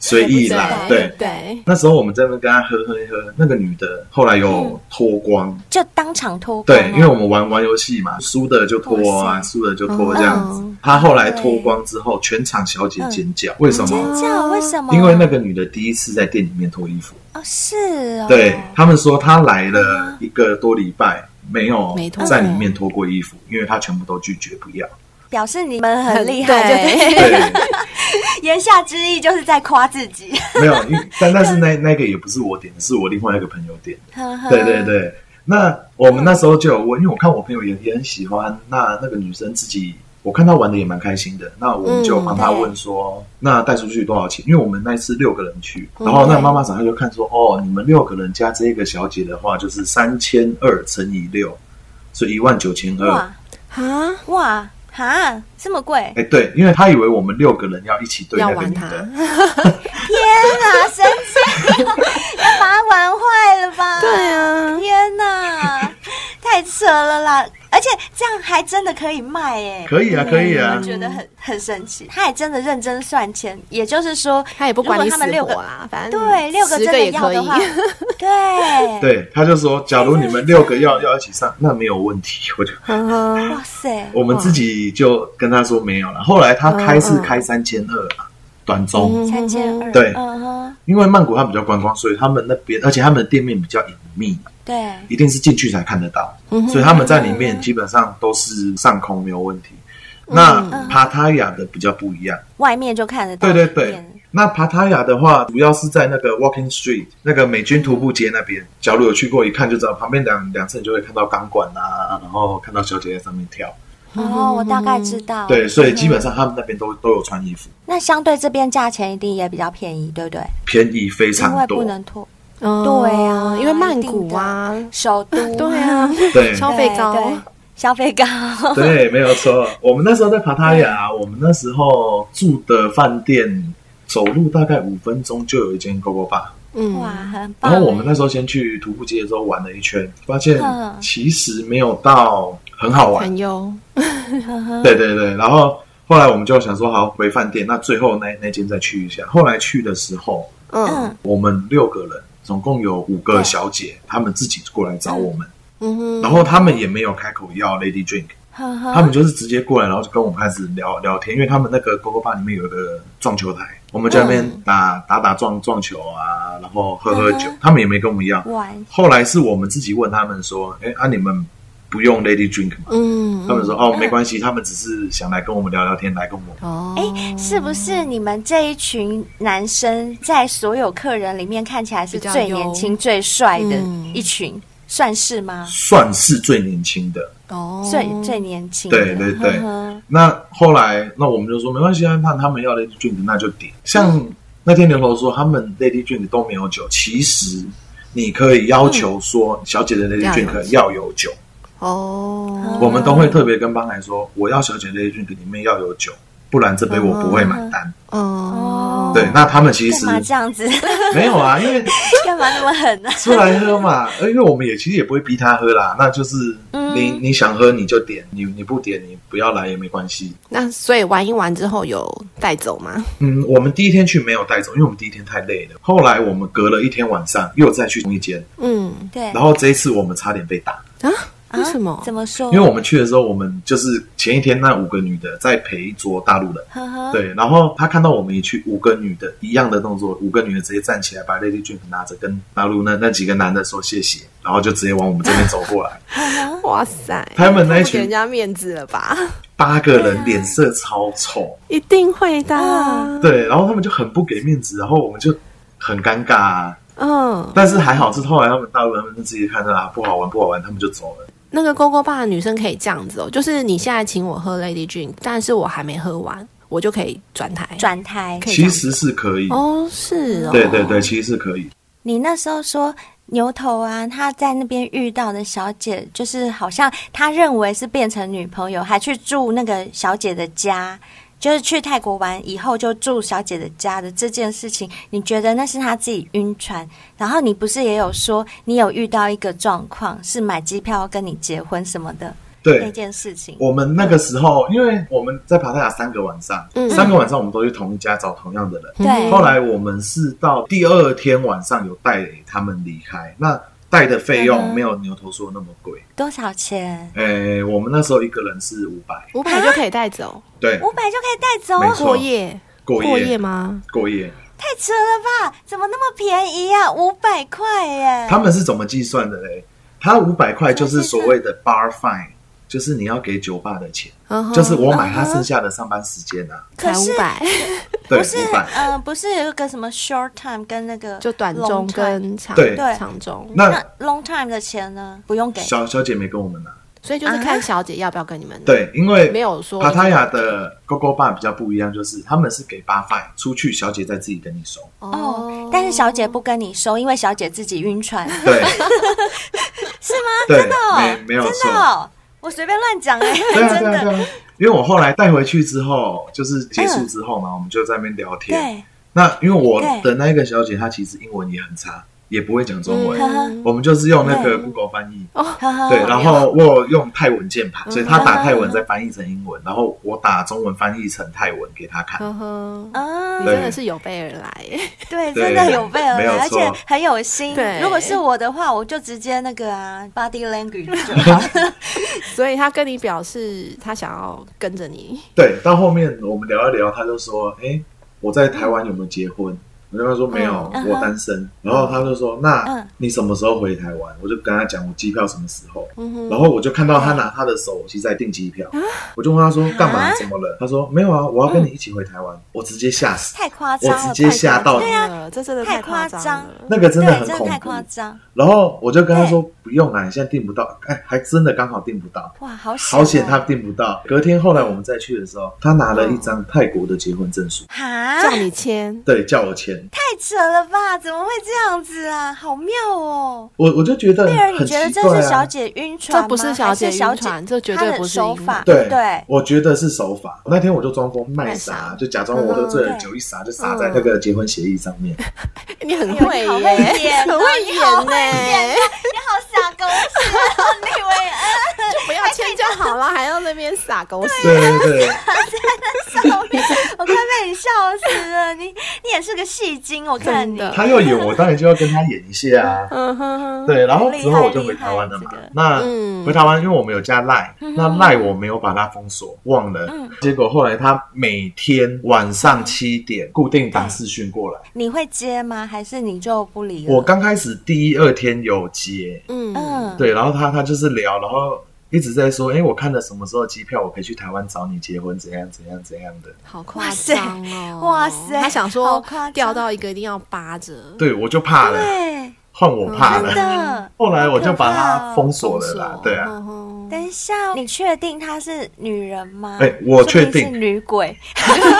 S6: 随意啦？对。
S1: 嗯对，
S6: 那时候我们在那边跟他喝喝一喝，那个女的后来有脱光，
S2: 就当场脱光、
S6: 对，因为我们玩玩游戏嘛，输的就嗯脱嗯啊，输的就脱这样子。她后来脱光之后，全场小姐尖叫，为什么？
S2: 这样为什么？
S6: 因为那个女的第一次在店里面脱衣服，
S2: 哦是哦，
S6: 对他们说她来了一个多礼拜，没有
S1: 没脱
S6: 在里面脱过衣服，因为她全部都拒绝不要。
S2: 表示你们很厉害，对不对，
S6: 对，
S2: 言下之意就是在夸自己。
S6: 没有，因但但是那那个也不是我点，是我另外一个朋友点。
S1: 嗯
S6: 对对对，那我们那时候就有问，因为我看我朋友也也很喜欢，那那个女生自己，我看她玩的也蛮开心的，那我们就帮她问
S1: 嗯
S6: 说，那带出去多少钱？因为我们那一次六个人去，然后那妈妈长她就看说，哦，你们六个人加这个小姐的话，就是三千二乘以六，所以一万九千二
S2: 哇。
S1: *laughs* 啊，
S2: 哇哈，这么贵！
S6: 哎，对，因为她以为我们六个人要一起对
S1: 要
S6: 那个
S1: 玩
S6: 女
S1: 她
S6: 的，
S2: 天哪，神经，要把他玩坏了吧？
S1: 对啊，
S2: 天哪，太扯了啦！而且这样还真的可以卖哎、
S6: 可以啊，可以啊
S2: 我，
S1: 嗯
S2: 觉得很很神奇。他也真的认真算钱，也就是说，
S1: 他也不管你
S2: 如果他
S1: 死
S2: 们六个
S1: 活啊啦，反正
S2: 对六个
S1: 十
S2: 真
S1: 个
S2: 的
S1: 也
S2: 要
S1: 可以
S2: 的。话， *laughs*
S6: *laughs*
S2: 对，
S6: 对，他就说，假如你们六个要要一起上，那没有问题，我就
S2: 哇塞，
S6: 我们自己就跟他说没有了。后来他开是开三千二嘛，短中，
S2: 三千二，
S6: 对
S2: 嗯哼，
S6: 因为曼谷它比较观光，所以他们那边而且他们的店面比较隐秘，
S2: 对，
S6: 一定是进去才看得到，所以他们在里面基本上都是上空没有问题。那帕塔亚的比较不一样，
S2: 外面就看得到
S6: 对
S2: 一
S6: 对
S2: 点，
S6: 对。那帕塔亚的话，主要是在那个 Walking Street 那个美军徒步街那边。假如有去过，一看就知道，旁边两两侧你就会看到钢管啊，然后看到小姐在上面跳。
S2: 哦，我大概知道。嗯
S6: 对，所以基本上他们那边都都有穿衣服。
S2: 那相对这边价钱一定也比较便宜，对不对？
S6: 便宜非
S2: 因为
S6: 常
S2: 不
S6: 多，
S2: 能脱
S1: *laughs* 嗯
S2: 对啊
S1: 因为曼谷啊，
S2: 首都，
S1: 对啊，
S6: 对
S1: 消费高
S2: 对，对消费高，
S6: *laughs* 对，没有错。我们那时候在帕塔亚，我们那时候住的饭店，走路大概五分钟就有一间 GoGo Bar。
S1: 嗯
S2: *laughs* 哇，，很棒欸。
S6: 然后我们那时候先去徒步街的时候玩了一圈，发现
S2: 嗯
S6: 其实没有到很好玩
S1: 很。优，
S2: 嗯
S6: 对对对，然后后来我们就想说，好回饭店，那最后那那间再去一下。后来去的时候，
S1: 嗯
S2: 嗯
S6: 我们六个人，总共有五个小姐，她们自己过来找我们，
S1: 嗯哼，
S6: 然后她们也没有开口要 Lady Drink。
S2: 呵
S1: 啊
S2: 呵，
S6: 他们就是直接过来，然后就跟我们开始聊聊天，因为他们那个 GoGo Bar 里面有一个撞球台，我们就在那边打、
S1: 嗯
S6: 打打撞撞球啊，然后喝喝酒，他们也没跟我们要。
S2: 玩
S6: 后来是我们自己问他们说：“哎、啊你们不用 Lady Drink 吗？”
S1: 嗯，
S6: 他们说：“哦，没关系，他们只是想来跟我们聊聊天，来跟我们。”
S1: 哦，
S2: 哎，是不是你们这一群男生在所有客人里面看起来是
S1: 比较
S2: 最
S1: 优
S2: 年轻、最帅的
S1: 嗯
S2: 一群，算是吗？
S6: 算是最年轻的，
S1: 哦，
S2: 最最年轻的，
S6: 对对对
S2: 呵呵。
S6: 那后来，那我们就说没关系啊，那他们要 Lady Drink，那就点。像
S2: 嗯
S6: 那天牛头说，他们 Lady Drink 都没有酒，其实你可以要求说，小姐的 Lady
S1: 要有
S6: Drink 要有酒。
S1: 哦，
S2: 嗯
S6: 我们都会特别跟帮来说，我要小姐 Lady Drink 里面要有酒，不然这杯我不会买单。
S1: 哦，
S6: 对，那他们其
S2: 嗯干
S6: 实
S2: 嘛这
S1: *laughs*
S2: 样子？
S6: 没有啊，因为
S2: 干嘛那么狠呢、啊
S6: 出来喝嘛，呃因为我们也其实也不会逼他喝啦，那就是你
S2: 嗯
S6: 你想喝你就点，你你不点你不要来也没关系。
S1: 那所以玩一玩之后有带走吗？
S6: 嗯，我们第一天去没有带走，因为我们第一天太累了。后来我们隔了一天晚上又再去同一间，
S1: 嗯
S2: 对
S6: 然后这一次我们差点被打，
S1: 啊，为什么？
S2: 怎么说？
S6: 因为我们去的时候，我们就是前一天那五个女的在陪一桌大陆人，
S2: 呵呵，
S6: 对，然后她看到我们一去，五个女的一样的动作，五个女的直接站起来，把 Lady Drink 拿着跟大陆那那几个男的说谢谢，然后就直接往我们这边走过来，
S1: 哇塞，
S6: 他们那一
S1: 太不给
S6: 群
S1: 人家面子了吧？
S6: 八个人脸色超丑，
S1: 一定会的啊，
S6: 对，然后他们就很不给面子，然后我们就很尴尬、啊。
S1: 嗯，
S6: 但是还好，是后来他们大陆人他们就自己看到啊，不好玩，不好玩，他们就走了。
S1: 那个勾勾爸的女生可以这样子哦，就是你现在请我喝 Lady Drink，但是我还没喝完，我就可以转台。
S2: 转台。
S1: 可以这
S6: 其
S1: 样
S6: 实是可以，
S1: 哦，是哦，
S6: 对对对，其实是可以。
S2: 你那时候说牛头啊，他在那边遇到的小姐，就是好像他认为是变成女朋友，还去住那个小姐的家，就是去泰国玩以后就住小姐的家的这件事情，你觉得那是他自己晕船？然后你不是也有说你有遇到一个状况，是买机票要跟你结婚什么的？那
S6: 对，
S2: 件事情。
S6: 我们那个时候，因为我们在爬泰雅三个晚上，
S1: 嗯
S6: 三个晚上我们都去同一家找同样的人。
S2: 对，
S6: 后来我们是到第二天晚上有带他们离开，那带的费
S1: 嗯
S6: 用没有牛头说那么贵。
S2: 多少钱？
S6: 诶、我们那时候一个人是五百，
S1: 五百就可以带走，
S6: 对，
S2: 五百就可以带走，
S6: 没错
S1: 过夜
S6: 过
S1: 哦过夜
S6: 夜
S1: 吗？嗯
S6: 过夜。
S2: 太扯了吧？怎么那么便宜啊？五百块耶！
S6: 他们是怎么计算的嘞？他五百块就是所谓的 bar fine，就是你要给酒吧的钱，
S1: 嗯
S2: 哦
S1: 哼
S6: 就是我买他剩下的上班时间啊。
S1: 才
S2: 可
S1: 五
S2: 是
S1: 百，
S2: 嗯
S6: 对，
S2: 不是
S6: 五百，。
S2: 呃，不是有一个什么 short time 跟那个
S1: 就短
S2: long
S1: 中
S2: time
S1: 跟长
S6: 对
S2: 对
S1: 长中，
S6: 那
S2: 嗯那 long time 的钱呢？不用给。
S6: 小小姐没跟我们拿，
S1: 所以就是
S2: 啊
S1: 看小姐要不要跟你们。
S6: 对，因为
S1: 没有说
S6: 帕塔亚的 Go Go Bar 比较不一样，就是他们是给 bar fine，出去小姐再自己跟你
S2: *laughs*
S6: 收。
S2: 哦，但是小姐不跟你收，因为小姐自己晕
S6: *laughs*
S2: 船，
S6: 对，
S2: 是吗？
S6: 对
S2: 真的哦，
S6: 没没有
S2: 真
S6: 错
S2: 的哦，我随便乱讲哎，
S6: 对啊，
S2: 真
S6: 对啊，
S2: 的，
S6: 对啊。因为我后来带回去之后，就是结束之后嘛，我们就在那边聊天。
S2: 对，
S6: 那因为我
S2: 嗯对
S6: 的那一个小姐，她其实英文也很差，也不会讲
S1: 嗯
S6: 中文，
S2: 呵呵
S6: 我们就是用那
S2: 嗯
S6: 个
S2: 对
S6: Google 翻译。
S2: 呵呵，
S6: 对，然后我有用泰文键
S2: 嗯
S6: 盘，所以她打泰文再翻译成英文，然后我打中文翻译成泰文给她看。
S1: 呵呵，
S2: 啊
S1: 你
S6: 对
S1: 真的是有备而来，
S2: 对，真
S6: 对
S2: 的有备而
S6: 没有
S2: 来，而
S6: 错
S2: 且很有心。
S1: 对
S2: 如果是我的话，我就直接那个啊，body language 就好。
S6: *laughs*
S1: 所以她跟你表示她想要跟着你，
S6: 对，到后面我们聊一聊，她就说：“哎，我在台湾有没有结婚？”我就跟她说没有，
S2: 嗯
S6: 我单身。然后她就说：“那
S2: 嗯
S6: 你什么时候回台湾？”我就跟她讲我机票什么时候。
S1: 嗯哼，
S6: 然后我就看到他拿他的手机在订机票，
S2: 啊
S6: 我就问他说干嘛？怎么了？他说没有啊，我要跟你一起回台湾。我直接吓死，
S2: 太夸张
S6: 我
S2: 了，
S6: 直接吓到
S2: 对啊
S1: 呀，这真的
S2: 太
S1: 夸
S2: 夸
S1: 张
S2: 张
S1: 了。
S6: 那个真的
S2: 对，
S6: 很
S2: 真
S6: 恐
S2: 的太
S6: 怖
S2: 夸。张，
S6: 然后我就跟他说不用啊啦，你现在订不到，哎，还真的刚好订不到。
S2: 哇，好险哦，
S6: 好险他订不到。隔天后来我们再去的时候，他拿了
S2: 嗯
S6: 一张泰国的结婚证书，
S2: 哈，
S1: 叫你签，
S6: 对，叫我签。
S2: 太扯了吧？怎么会这样子啊？好妙哦！
S6: 我我就觉得
S2: 贝尔，你
S6: 很
S2: 觉得
S6: 奇
S2: 这
S6: 怪
S2: 是小
S6: 啊。
S2: 姐晕船
S1: 这
S2: 吗？
S1: 不是小姐
S2: 还是小
S1: 晕
S2: 姐
S1: 船，这绝
S2: 她
S1: 对
S2: 的
S1: 不是
S2: 手
S1: 晕
S2: 法，
S6: 对
S2: 对，
S6: 我觉得是手法。那天我就装疯卖
S1: 卖
S6: 傻
S1: 傻，
S6: 就假装我喝醉了
S2: 嗯
S6: 酒一撒，就撒在那个结婚协议上面。
S1: *laughs* 你很
S2: 哎呦
S1: 会
S2: 你好
S1: 耶，
S2: 会演哦
S1: 很会
S2: 你好会啊
S1: 演呢，
S2: 你好傻狗屎哦，你以为嗯
S1: 不要签就好
S2: 哎
S1: 了，还要那边撒狗屎。
S6: 对对对。
S2: 笑呃面，我快被你笑死了！你你也是个戏精，我看
S1: 真
S2: 你。
S1: 的
S6: 他要演，我当然就要跟他演一下啊。
S1: 嗯哼哼，
S6: 对，然后
S2: 厉害
S6: 之后我就回台湾了嘛
S2: 厉害这个。嗯
S6: 那
S1: 嗯
S6: 回台湾，因为我们有加赖，那赖我没有把它封锁，忘了。结果后来他每天晚
S2: 嗯
S6: 上七点固定打视讯过来。
S2: 你会接吗？还是你就不理了？
S6: 我刚开始第一二天有接，
S1: 嗯，
S2: 嗯，
S6: 对，然后他他就是聊，然后一直在说，哎，我看了什么时候机票，我可以去台湾找你结婚，怎样怎样怎样的。
S2: 嗯
S1: 好夸张哦！
S2: 哇塞
S1: 他想
S2: 好
S1: 说
S2: 夸张
S1: 钓到一个一定要扒着，
S6: 对，我就怕了，
S2: 对，嗯
S6: 换我怕
S2: 真
S6: 了。
S2: 的。
S6: 后来我就把
S2: 好可怕哦
S6: 它封锁了
S1: 封
S6: 啦
S1: 锁，
S6: 对啊。
S1: 嗯哼
S2: 等一下，你确定她是女人吗？
S6: 哎我
S2: 说不定
S6: 确定
S2: 是女鬼。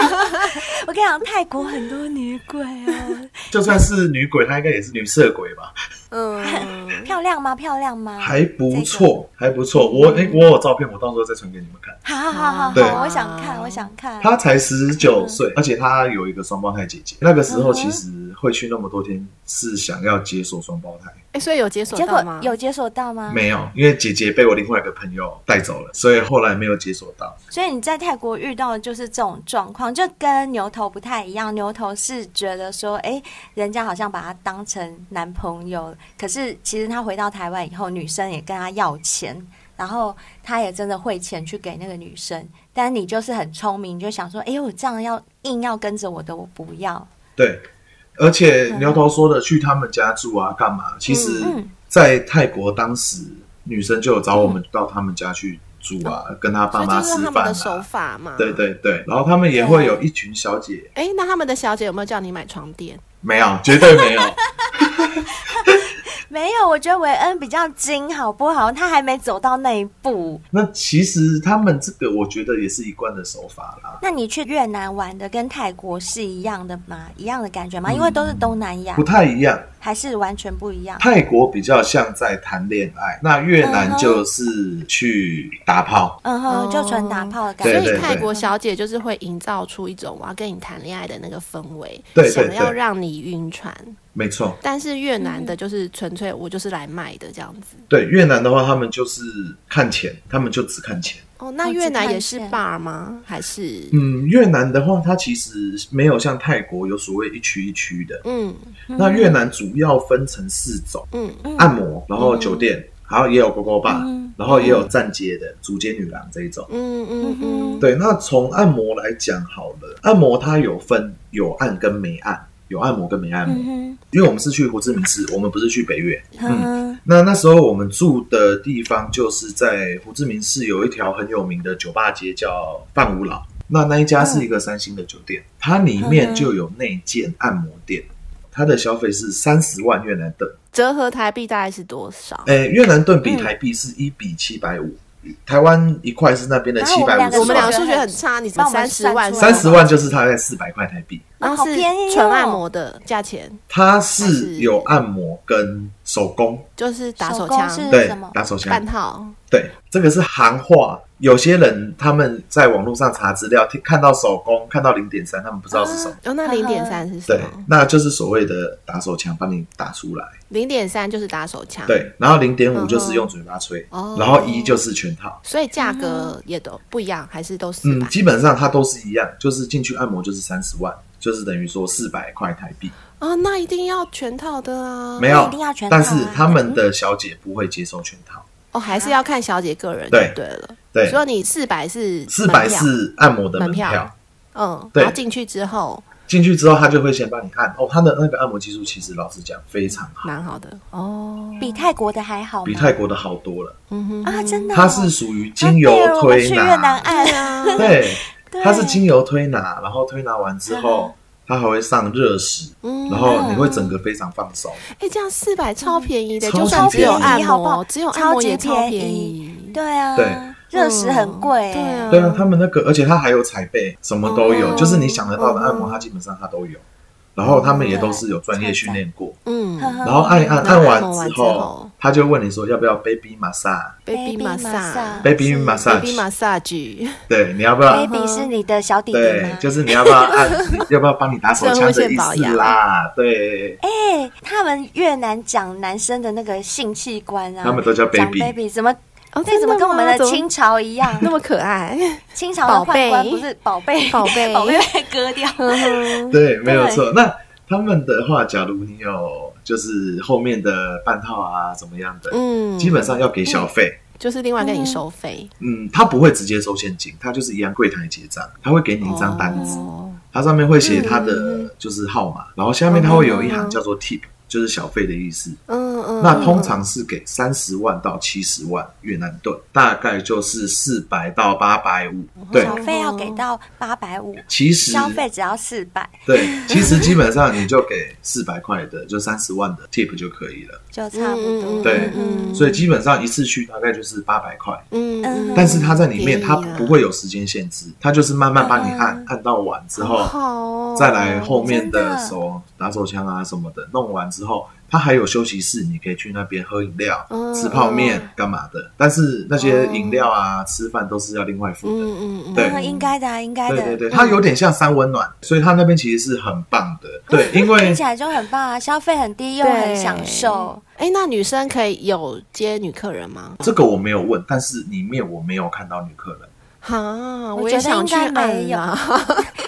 S2: *laughs* 我跟你讲，泰国很多女鬼哦。
S6: 就算是女鬼，她应该也是女色鬼吧？
S2: *laughs*
S1: 嗯，
S2: 漂亮吗？漂亮吗？
S6: 还不错，还不错。我
S2: 嗯
S6: 诶、我有照片，我到时候再传给你们看。
S2: 好好好好
S6: 对
S2: 好，我想看，我想看。
S6: 她才十九
S2: 嗯
S6: 岁，而且她有一个双胞胎姐姐。那个时候其实会去那么多天，是想要解锁双胞胎，
S1: 哎，所以有解锁
S2: 结
S1: 到
S2: 果
S1: 吗？
S2: 有解锁到吗？
S6: 没有，因为姐姐被我另外一个朋友带走了，所以后来没有解锁到。
S2: 所以你在泰国遇到的就是这种状况，就跟牛头不太一样。牛头是觉得说，哎、人家好像把他当成男朋友，可是其实他回到台湾以后，女生也跟他要钱，然后他也真的汇钱去给那个女生。但你就是很聪明，你就想说，哎、我这样要硬要跟着我的，我不要。
S6: 对，而且牛头说的去他们家住啊，干嘛？其实
S2: 嗯嗯，
S6: 在泰国当时，女生就有找我们到他们家去住啊，跟她
S1: 所
S6: 爸
S1: 以
S6: 妈
S1: 这是
S6: 吃
S1: 他们
S6: 饭
S1: 的手
S6: 啊。
S1: 法嘛？
S6: 对。对对，然后他们也会有一群小姐
S1: 哎，那他们的小姐有没有叫你买床垫？
S6: 没有， *laughs* 绝对没有。
S2: 没有，我觉得韦恩比较精，好不好？他还没走到那一步。
S6: 那其实他们这个，我觉得也是一贯的手法啦，
S2: 那你去越南玩的跟泰国是一样的吗？一样的感觉吗？因为都是东南亚
S6: 嗯不。太一样。
S2: 还是完全不一样。
S6: 泰国比较像在谈恋爱，那越南就是去打炮。
S2: 嗯
S1: 哦
S2: 哼，就纯打炮的感
S1: 所
S6: 对
S2: 觉。
S1: 以
S6: 对
S1: 泰国小姐就是会营造出一种我要跟你谈恋爱的那个氛围，
S6: 对对
S1: 想要
S6: 对
S1: 让你晕船。
S6: 没错，
S2: 嗯
S1: 但是越南的就是纯粹我就是来卖的这样子。
S6: 对越南的话，他们就是看钱，他们就只看钱。
S1: 哦，那
S2: 哦
S1: 越
S2: 只
S1: 南
S2: 看
S1: 也是
S2: 线
S1: bar 吗？还是
S6: 嗯，越南的话，它其实没有像泰国有所谓一区一区的。
S1: 嗯
S6: 那越南主要分成四种：
S1: 嗯
S6: 按摩，然后酒店，然后也有 GoGo bar，、然后也有站街的竹街女郎这一种。
S1: 嗯嗯嗯，
S6: 对，那从按摩来讲好了，按摩它有分有按跟没按，有按摩跟没
S2: 嗯
S6: 按摩。
S1: 嗯
S6: 因为我们是去胡志明市，我们不是去北越。嗯，那那时候我们住的地方就是在胡志明市有一条很有名的酒吧街叫范五老，那那一家是
S2: 嗯
S6: 一个三星的酒店，它里面就有内建按摩店。它的消费是三十万越南盾，
S1: 折合台币大概是多少？
S6: 诶、越南盾
S2: 嗯
S6: 比台币是一比七百五，台湾一块是那边的
S2: 然后
S6: 七
S2: 我们
S6: 百
S2: 两
S6: 五
S2: 个
S6: 十
S1: 我们
S6: 万
S1: 俩，数学很差，你怎
S2: 帮
S1: 么
S2: 我们
S1: 三十万？
S2: 算
S6: 三十万就是大概四百块台币。
S1: 然
S2: 好
S1: 后是
S2: 便宜哦
S1: 纯按摩的价钱，
S6: 它是有按摩跟手工，
S1: 就是打手
S2: 手工
S1: 枪、
S2: 是
S6: 对
S2: 什么，
S6: 打手
S1: 嗯半
S6: 枪，
S1: 套。
S6: 对，这个是行话。有些人他们在网络上查资料，听看到手工，看到零点三，他们不知道是什么。
S1: 哦，那零点三是什
S6: 对
S1: 么？，
S6: 那就是所谓的打手枪，帮你打出来。
S1: 零点三就是打手枪。，
S6: 对，然后零点五就是用嘴巴吹，
S1: 嗯哦
S6: 然后一就是全套。
S1: 所以价
S2: 哦
S1: 格也都不一样，还是都四
S6: 嗯
S1: 百，？
S6: 基本上它都是一样，就是进去按摩就是三十万，就是等于说四百块台币。
S2: 哦
S1: 啊，那一定要全套的啊。
S6: 没有
S2: 一定要全，套啊
S6: 但是他们的小姐不会接受全套。
S1: 哦，还是要看小姐个人就
S6: 对
S1: 对了。
S6: 对，
S1: 所以你四百是
S6: 四百
S1: 门票，
S6: 是按摩的门
S1: 门
S6: 票
S1: 票。嗯，
S6: 对
S1: 然后进去之后
S6: 进去之后，他就会先帮你按哦，他的那个按摩技术其实老实讲非常好，
S1: 蛮好的哦。
S2: 比泰国的还好吗？
S6: 比泰国的好多了。
S1: 嗯哼，
S2: 啊，真的哦、
S6: 它是属于精油
S2: 那贝尔哦我们
S6: 推
S2: 去越南
S6: 拿，
S2: 按，
S1: 啊
S6: 对，
S2: 对啊
S6: 它是精油推拿，然后推拿完之后，它还会上热石，
S1: 嗯
S6: 然后你会整个非常放松。
S1: 哎，这样四百超便宜的，
S6: 超
S1: 就算只有按
S2: 嗯便宜好不好
S1: 摩，只有按摩也超
S2: 超
S1: 便
S2: 级便
S1: 宜。
S2: 对啊，
S6: 对
S2: 热食很贵、
S1: 对啊，
S6: 对啊，他们那个，而且它还有彩背，什么都有，
S1: 哦
S6: 就是你想得到的按摩，它基本上它都有。然后他们也都是有专业训练过，
S1: 嗯
S6: 然后按一按
S1: 然后
S6: 按
S1: 按摩
S6: 完
S1: 完
S6: 之
S1: 之
S6: 后
S1: 后，
S6: 他就问你说要不要 baby
S1: ，baby
S6: massage，baby
S2: Baby
S1: massage。baby
S6: massage，
S1: massage，
S6: 对，你要不要
S2: baby 是你的小弟弟
S6: 啊对
S2: 吗，？
S6: 就是你要不要按，要不要帮你打手枪的意
S1: 社会
S6: 思
S1: 线保
S6: 啦？对，
S2: 哎、他们越南讲男生的那个性器官啊，
S6: 他们都叫
S2: 讲
S6: baby
S2: baby，怎么
S1: 哦
S2: 这怎么跟我们的
S1: 亲
S2: 清朝一样？
S1: *laughs* 那么可爱？
S2: 清朝的宦
S1: 宝
S2: 官
S1: 贝
S2: 不是宝贝，
S1: 宝贝
S2: *laughs*
S1: 嗯
S2: 宝贝被割掉。
S6: 对，没有错。那他们的话，假如你有就是后面的半套啊，怎么样的，
S1: 嗯，
S6: 基本上要给小费。
S1: 就是另外跟你收费。
S6: 嗯，他不会直接收现金，他就是一样柜台结账，他会给你一张单子，
S1: 哦
S6: 它上面会写他的就是号码，然后下面他会有一行叫做 tip，就是小费的意思。
S1: 嗯嗯，
S6: 那通常是给三十万到七十万越南盾，大概就是四百到八百五。对，
S2: 小费要给到八百五，
S6: 其实
S2: 消费只要四百，
S6: 对，其实基本上你就给四百块的，就三十万的 tip 就可以了。
S2: 就差不多。
S6: 对
S1: 嗯
S6: 所以基本上一次去大概就是八百块，
S1: 嗯嗯，
S6: 但是它在里面它
S1: 便宜啊
S6: 不会有时间限制，它就是慢慢
S2: 嗯
S6: 帮你按，按到完之后，
S1: 好哦
S6: 再来后面
S2: 真
S6: 的
S2: 的
S6: 手打手枪啊什么的，弄完之后。它还有休息室，你可以去那边喝饮料、
S2: 哦
S1: 嗯
S6: 吃泡面、干嘛的。但是那些饮料啊、吃饭都是要另外付的。
S1: 嗯嗯嗯，
S6: 对
S2: 嗯，应该的啊，应该的。
S6: 对对对，它有点像三温暖，所以它那边其实是很棒的。对，因为
S2: *laughs* 听起来就很棒啊，消费很低又很享受。
S1: 哎，那女生可以有接女客人吗？
S6: 这个我没有问，但是里面我没有看到女客人。
S1: 哈，
S2: 我
S1: 也
S2: 觉得
S1: 想
S2: 应
S1: 去
S2: 该没
S1: 按
S2: 有
S1: 啊。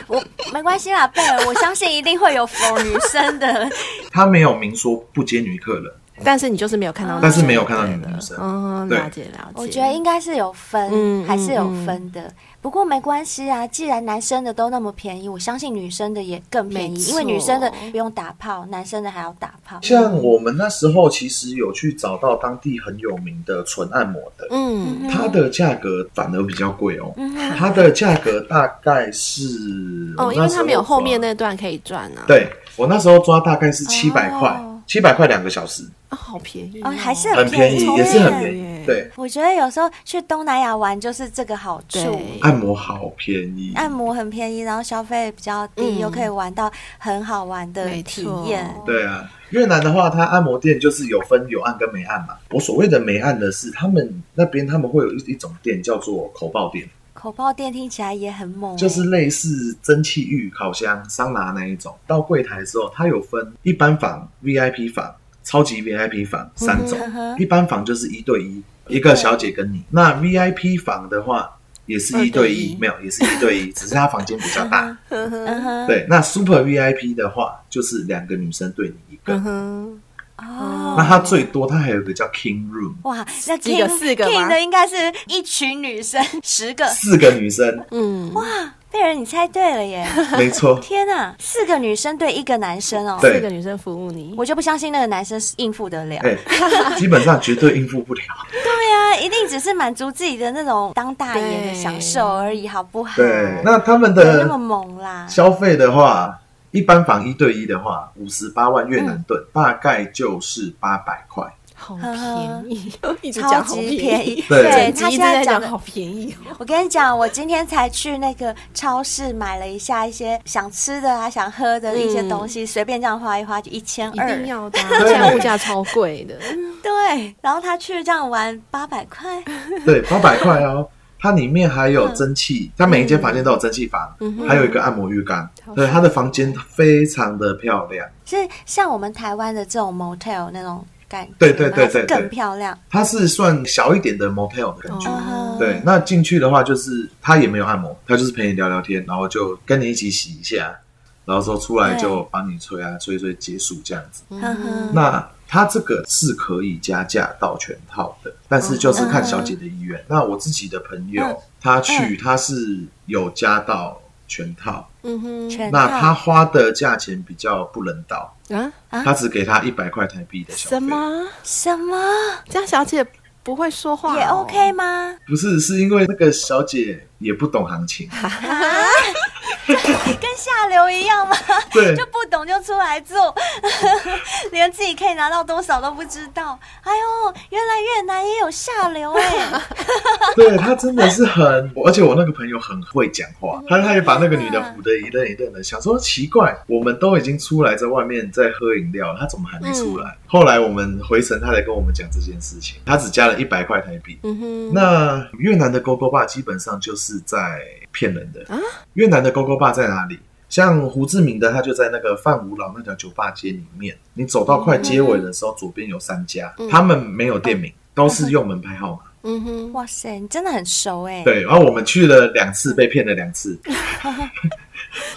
S2: 我没关系啦，贝尔，我相信一定会有否女生的。
S6: 他没有明说不接女客人，
S1: *laughs* 但是你就是没有看到女生，
S6: 但是没有看到女女生
S1: 嗯，
S6: 对
S1: 了解了解。
S2: 我觉得应该是有分，
S1: 嗯
S2: 还是有分的。不过没关系啊，既然男生的都那么便宜，我相信女生的也更便
S1: 没
S2: 宜，
S1: 错
S2: 因为女生的不用打炮，男生的还要打炮。
S6: 像我们那时候其实有去找到当地很有名的纯按摩的，
S1: 嗯，
S6: 它的价格反而比较贵哦，
S2: 嗯
S6: 它的价格大概是
S1: 哦，因为他们有后面
S6: 那时
S1: 那
S6: 候
S1: 段可以赚啊
S6: 抓，，对我那时候抓大概是七百块，七百块两个小时，
S1: 啊，好便宜
S2: 哦，还是
S6: 很便宜，
S2: 从
S6: 也是很
S2: 业
S6: 便宜，对，
S2: 我觉得有时候去东南亚玩就是这个好处，
S1: 对，
S6: 按摩好便宜，
S2: 按摩很便宜，然后消费比较低，
S1: 嗯
S2: 又可以玩到很好玩的
S1: 没
S2: 体
S1: 错
S2: 验。
S6: 对啊，越南的话，它按摩店就是有分有按跟没按嘛。我所谓的没按的是，他们那边他们会有一一种店叫做口爆店，
S2: 口爆店听起来也很猛欸、
S6: 就是类似蒸汽浴、烤箱、桑拿那一种。到柜台之后，它有分一般房、VIP 房。超级 VIP 房三种，一般房就是一对一，一个小姐跟你。那 VIP 房的话也是一对一，嗯没有也是一对 *laughs* 一，只是她房间比较大。
S2: 嗯
S6: 对，那 Super VIP 的话就是两个女生对你一个。
S1: 嗯
S2: 哦
S6: 那它最多它还有一个叫 King Room，
S2: 哇，那
S1: 几个
S2: King-
S1: 四个吗
S2: King 的应该是一群女生， *laughs* 十个。
S6: 四个
S2: *laughs*
S6: 女生，
S1: 嗯，
S2: 贝尔，你猜对了耶！
S6: 没错，
S2: *laughs* 天哪，四个女生对一个男生哦，
S1: 四个
S6: 对，
S1: 女生服务你，
S2: 我就不相信那个男生是应付得了。
S6: 哎，基本上绝对应付
S2: *laughs*
S6: 不了。
S2: 对啊，一定只是满足自己的那种当大爷的享受而已，好不好？
S6: 对，那他们
S2: 嗯没有那
S6: 的
S2: 么猛啦。
S6: 消费的话，一般房一对一的话，五十八万越南
S2: 嗯
S6: 盾、大概就是八百块。
S1: 好便宜，一直
S2: 超
S1: 讲好
S2: 级便宜，
S6: *laughs* 对
S2: *laughs* 对
S1: 整集一直
S2: 他现
S1: 在
S2: 在
S1: 讲
S2: 的
S1: 好便宜哦，
S2: 我跟你讲，我今天才去那个超市买了一下一些想吃的啊、想喝的一些东西，随便这样花一花就一千
S1: 一
S2: 二
S1: 定。要的啊，而且物价超贵的，
S2: 对，然后他去这样玩八百块，
S6: 对，八百块哦。它里面还有
S2: 嗯
S6: 蒸汽，它每一间房间都有蒸汽房，还有一个按摩浴缸。对，它的房间非常的漂亮。
S2: 是像我们台湾的这种 motel 那种感觉吗，
S6: 对对对对
S2: 还是更
S6: 对
S2: 漂亮。
S6: 它是算小一点的 motel 的感觉。
S2: 嗯
S6: 对，那进去的话就是它也没有按摩，它就是陪你聊聊天，然后就跟你一起洗一下，然后说出来就帮你吹
S1: 嗯
S6: 啊，吹一吹结束这样子。
S2: 呵呵，
S6: 那它这个是可以加价到全套的，但是就是看小姐的意
S1: 嗯
S6: 愿。那我自己的朋友他去，他是有加到全套，
S1: 嗯哼，
S2: 全
S6: 那
S2: 套
S6: 他花的价钱比较不人道，
S1: 啊，
S6: 他只给他一百块台币的小
S1: 什
S6: 费。
S1: 么？
S2: 什么
S1: 这样小姐不会说话哦
S2: 也 OK 吗？
S6: 不是，是因为那个小姐也不懂
S1: *laughs*
S6: 行情，
S2: 跟下流一样吗？
S6: 对
S2: 就不懂就出来做， *laughs* 连自己可以拿到多少都不知道。哎呦，原来越南也有下流哎、
S6: *laughs* 对，她真的是很，而且我那个朋友很会讲话，他他也把那个女的唬得一愣一愣的，想说奇怪，我们都已经出来在外面在喝饮料，她怎么还没出来？后来我们回程，她才跟我们讲这件事情，她只加了一百块台币。
S1: 嗯哼，
S6: 那越南的勾勾坝基本上就是在骗人的啊！越南的勾勾坝在哪里？像胡志明的，他就在那个范五老那条酒吧街里面。你走到快结尾的时候，左边有三家，他们没有店名，都是用门牌号码。
S1: 嗯哼，
S2: 哇塞，你真的很熟哎、
S6: 对，然后我们去了两次，被骗了两次。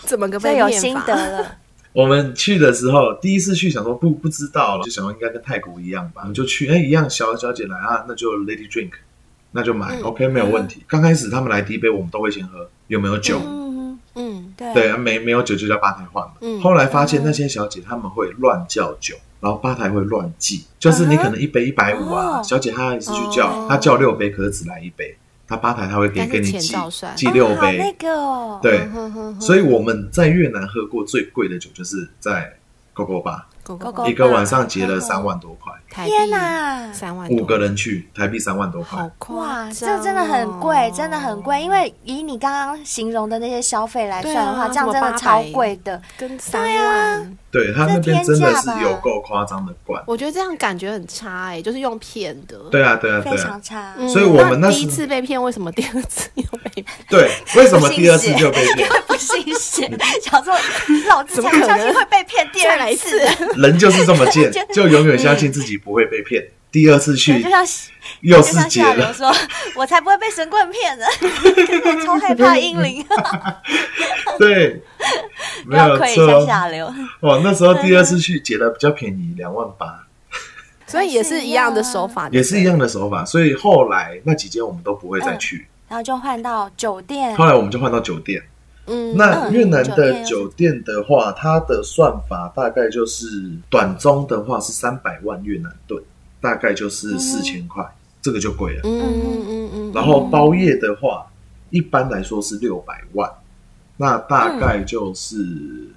S1: 怎么个
S2: 这
S1: 被
S2: 有
S1: 骗
S2: 心
S1: 法
S2: 得了。
S6: 我们去的时候，第一次去想说不不知道了，就想说应该跟泰国一样吧，我们就去，哎，一样小小姐来啊，那就 lady drink，那就
S1: 嗯
S6: 买、o k 没有问题。刚开始他们来第一杯，我们都会先喝，有没有酒？
S2: 嗯，
S1: 嗯，
S2: 对，
S6: 对，啊没没有酒就叫吧台换嘛。
S1: 嗯
S6: 后来发现那些小姐她们会乱叫酒，然后吧台会乱记，就是
S1: 嗯
S6: 你可能一杯一百五啊，
S2: 哦
S6: 小姐她一直去叫，她叫六杯，可是只来一杯，她吧台她会给
S1: 哦但是
S6: 给你
S1: 钱
S6: 记
S1: 照算
S6: 记六
S2: 哦好
S6: 杯，
S2: 那个哦，
S6: 对，
S1: 嗯哼哼
S6: 所以我们在越南喝过最贵的酒就是在 GoGo 吧，
S1: 狗
S2: 狗
S1: 狗
S2: 狗
S1: 吧
S6: 一个晚上
S2: 嗯
S6: 结了三万多块，
S1: 台币
S2: 天哪！
S1: 三万多
S6: 五个，人去台币三万多块
S1: 好，
S2: 哇，
S1: 夸
S2: 这
S1: 张哦，
S2: 真的很贵，真的很贵。因为以你刚刚形容的那些消费来算的
S1: 对
S2: 话，
S1: 啊
S2: 这样真
S1: 什么
S2: 的
S1: 800
S2: 超贵的。
S1: 跟三万。
S6: 对他那边
S2: 这
S6: 真
S2: 天价
S6: 的
S2: 吧
S6: 是有够夸张的灌，
S1: 我觉得这样感觉很差哎，就是用骗的。
S6: 对啊对啊对
S2: 非
S6: 啊
S2: 常，差，
S1: 嗯，
S6: 所以我们那时
S1: 第一次被骗，为什么第二次又被骗？
S6: 对，为什么第二次就被
S2: *laughs*
S6: 骗？
S2: *laughs* 不信邪，想说老子才不相信会被骗第
S1: 再
S2: 二
S1: 来一次
S2: 次，
S6: 人就是这么贱
S2: 就，
S6: 就永远相信自己不会被骗。第二次
S2: 对
S6: 去
S2: 就像
S6: 又
S2: 就是像
S6: 结
S2: 下流
S6: 了，
S2: 说，我才不会被神棍骗
S6: *laughs*
S2: 呢，真的超害怕英灵，
S6: *laughs* 对，
S2: 不
S6: 没
S2: 要
S6: 有
S2: 亏一
S6: 错
S2: 下
S6: 哦。
S2: 下流。
S6: 哇，那时候第二次去结了比较便宜，两万八，
S1: 所以也是一样的手法，
S6: 也是一样的手法。所以后来那几间我们都不会再去，
S2: 然后就换到酒店
S6: 后，来我们就换到酒店。
S1: 嗯，
S6: 那越南的
S2: 嗯
S6: 酒店的话，它的算法大概就是短中的话是三百万越南盾，大概就是四千块，这个就贵了。
S1: 嗯嗯嗯嗯，
S6: 然后包夜的话，一般来说是六百万，那大概就是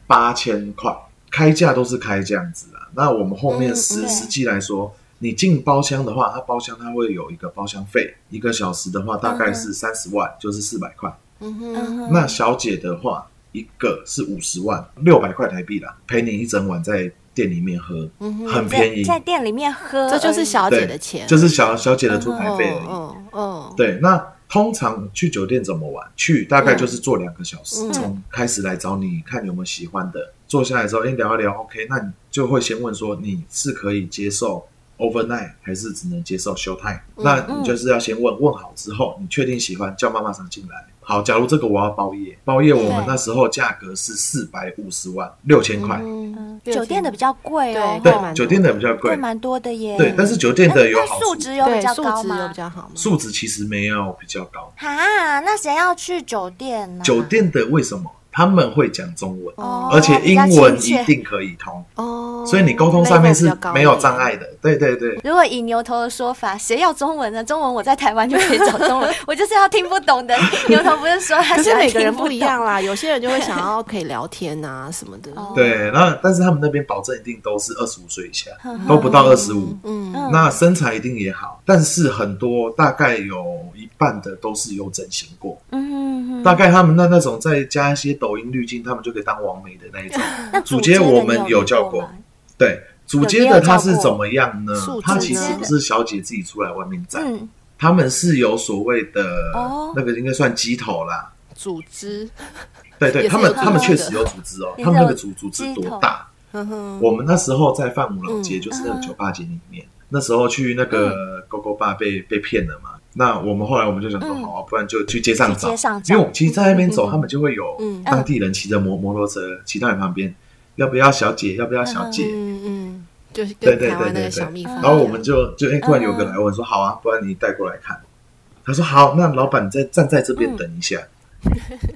S6: 八千块，开价都是开这样子啊。那我们后面实、
S2: 对
S6: 实际来说，你进包厢的话，它包厢它会有一个包厢费，一个小时的话大概是三十万，就是四百块。
S2: 嗯哼
S6: 那小姐的话，一个是五十万，六百块台币啦，陪你一整晚在店里面喝，
S1: 嗯
S6: 很便宜。
S2: 在在店里面喝，
S1: 这就是小姐
S6: 对，
S1: 的钱，
S6: 就是小小姐的出牌费而已。
S1: 嗯嗯，
S6: 对，那通常去酒店怎么玩？去大概就是坐两个小时，
S1: 嗯
S6: 从、开始来找你看有没有喜欢的，坐下来之后，哎、聊一聊，OK，那你就会先问说你是可以接受 overnight 还是只能接受 show time？、那
S2: 嗯
S6: 你就是要先问问好之后，你确定喜欢叫妈妈桑进来。好，假如这个我要包夜，包夜我们那时候价格是四百五十万六千块，
S1: 嗯，
S2: 酒店的比较贵哦，
S1: 对
S6: 对，酒店的比较贵
S2: 贵，蛮多的耶。
S6: 对，但是酒店的有
S2: 那
S6: 好
S2: 素
S6: 处，
S2: 质有比
S1: 对
S2: 较
S1: 素
S2: 高
S1: 质有
S2: 吗
S1: 比？较好吗？
S6: 素质其实没有比较高。
S2: 啊，那谁要去酒店呢？
S6: 酒店的为什么他们会讲中文，
S2: 哦，
S6: 而且
S2: 比
S6: 英
S2: 较
S6: 文
S2: 亲
S6: 一
S2: 切
S6: 定可以通，
S1: 哦，
S6: 所以你沟通上面
S1: level 比
S6: 是
S1: 较高哦
S6: 没有障碍的。对对对，
S2: 如果以牛头的说法，谁要中文呢？中文我在台湾就可以找
S1: *laughs*
S2: 中文，我就是要听不懂的。牛头不是说他
S1: 可
S2: 喜
S1: 是
S2: 欢
S1: 每个人
S2: 听不
S1: 不一
S2: 懂
S1: 样啦，有些人就会想要可以聊天啊什么的。
S2: 哦
S6: 对，那但是他们那边保证一定都是二十五岁以下，都不到二十五。
S1: 嗯，
S2: 嗯
S6: 那身材一定也好，但是很多大概有一半的都是有整形过，
S2: 嗯，嗯嗯
S6: 大概他们那那种再加一些抖音滤镜，他们就可以当王媒的那一
S1: *laughs*
S6: 种。
S2: 那
S6: 主
S2: 街
S6: 街
S2: 的
S6: 我
S2: 你
S6: 们
S2: 有
S6: 有
S2: 遇
S6: 叫
S2: 过
S6: 过
S2: 吗
S6: 对，主街的他是怎么样呢
S1: 素？质
S6: 他其
S2: 呢
S6: 实不是小姐自己出来外面站，
S2: 嗯，
S6: 他们是有所谓的、
S2: 哦
S6: 那个应该算鸡头啦。
S1: 组织，
S6: 对对，
S1: 也是
S6: 他们
S1: 有
S6: 他们
S1: 鸡头
S6: 确
S1: 的
S6: 实有组织哦，
S2: 也是
S6: 他们那个
S2: 有
S6: 组组织
S2: 鸡
S6: 多
S2: 头
S6: 大？
S1: 呵呵，
S6: 我们那时候在范五老街，
S1: 嗯
S6: 就是那个酒吧街里面，那时候去那个勾勾吧被被骗了嘛。那我们后来我们就想说，
S2: 嗯
S6: 好啊，不然就去街上
S2: 去
S6: 找
S2: 街上，找
S6: 因为我们其实在那边走，他们就会有
S1: 嗯
S6: 当地人骑着摩摩托车骑到你旁边，要不要小姐？要不要小姐？
S1: 嗯嗯，就是
S6: 对
S1: 跟
S6: 对
S1: 台
S6: 对
S1: 湾那
S6: 对
S1: 个小
S6: 对
S1: 蜜蜂一样。
S6: 然后我们就就哎，突然有
S1: 嗯
S6: 个来问说，好啊，不然你带过来看。他说好，那老板再站在这
S1: 嗯
S6: 边等一下，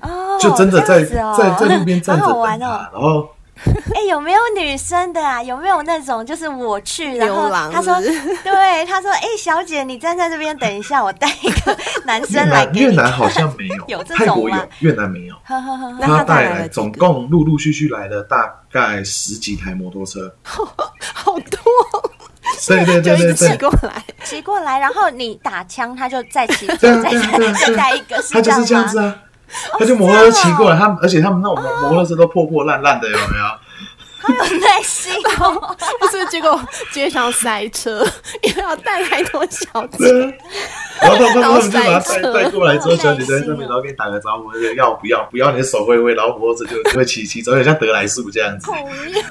S2: 哦，
S6: 就真的
S2: 这
S6: 在
S2: 样子哦
S6: 在在路边站着
S2: *laughs* 好好
S6: 等
S2: 玩
S6: 他
S2: 哦。，
S6: 然后。
S2: 哎，有没有女生的啊？有没有那种就是我去，然后
S1: 牛郎
S2: 他说
S1: 是不是，
S2: *laughs* 对，他说，哎，小姐，你站在这边等一下，我带一个 *laughs* 男
S6: 越
S2: 生来
S6: 南
S2: 给
S6: 越
S2: 你。
S6: 南好像没有，
S2: *laughs* 有这
S6: 泰
S2: 种
S6: 国
S2: 吗
S6: 有，越南没有。
S2: 呵呵呵，
S1: 那他带
S6: 带
S1: 来了几
S6: 总
S1: 个
S6: 共陆陆续续来了大概十几台摩托车，
S1: 好多，
S6: 对对
S1: 就
S6: 对
S1: 一
S6: 对
S1: 直骑
S6: 对，
S1: 过来，
S2: 骑过来，然后你打枪，他就再
S6: *laughs*
S2: 骑，
S6: 对啊
S2: 再
S6: 对啊对啊
S2: 再
S6: 对啊
S2: 带一个，
S6: 他就是这样
S2: 吗
S6: 子啊，他就摩托车骑过来，他们而且他们那种摩摩托车都破破烂烂的，有没有？
S2: 耐心 *laughs* 哦，
S1: 不是？结果街上塞车， *laughs* 因为要带太多小姐。
S6: 对啊。然后他们他
S1: 然后
S6: 们就把他
S1: 塞
S6: 带
S1: 车
S6: 带过来之后，小姐在
S2: 好开心
S6: 那
S2: 哦
S6: 边，然后跟你打个招呼，就要不要不要你的手挥挥，然后摩托车就就会骑骑走，有点像德莱速这样子，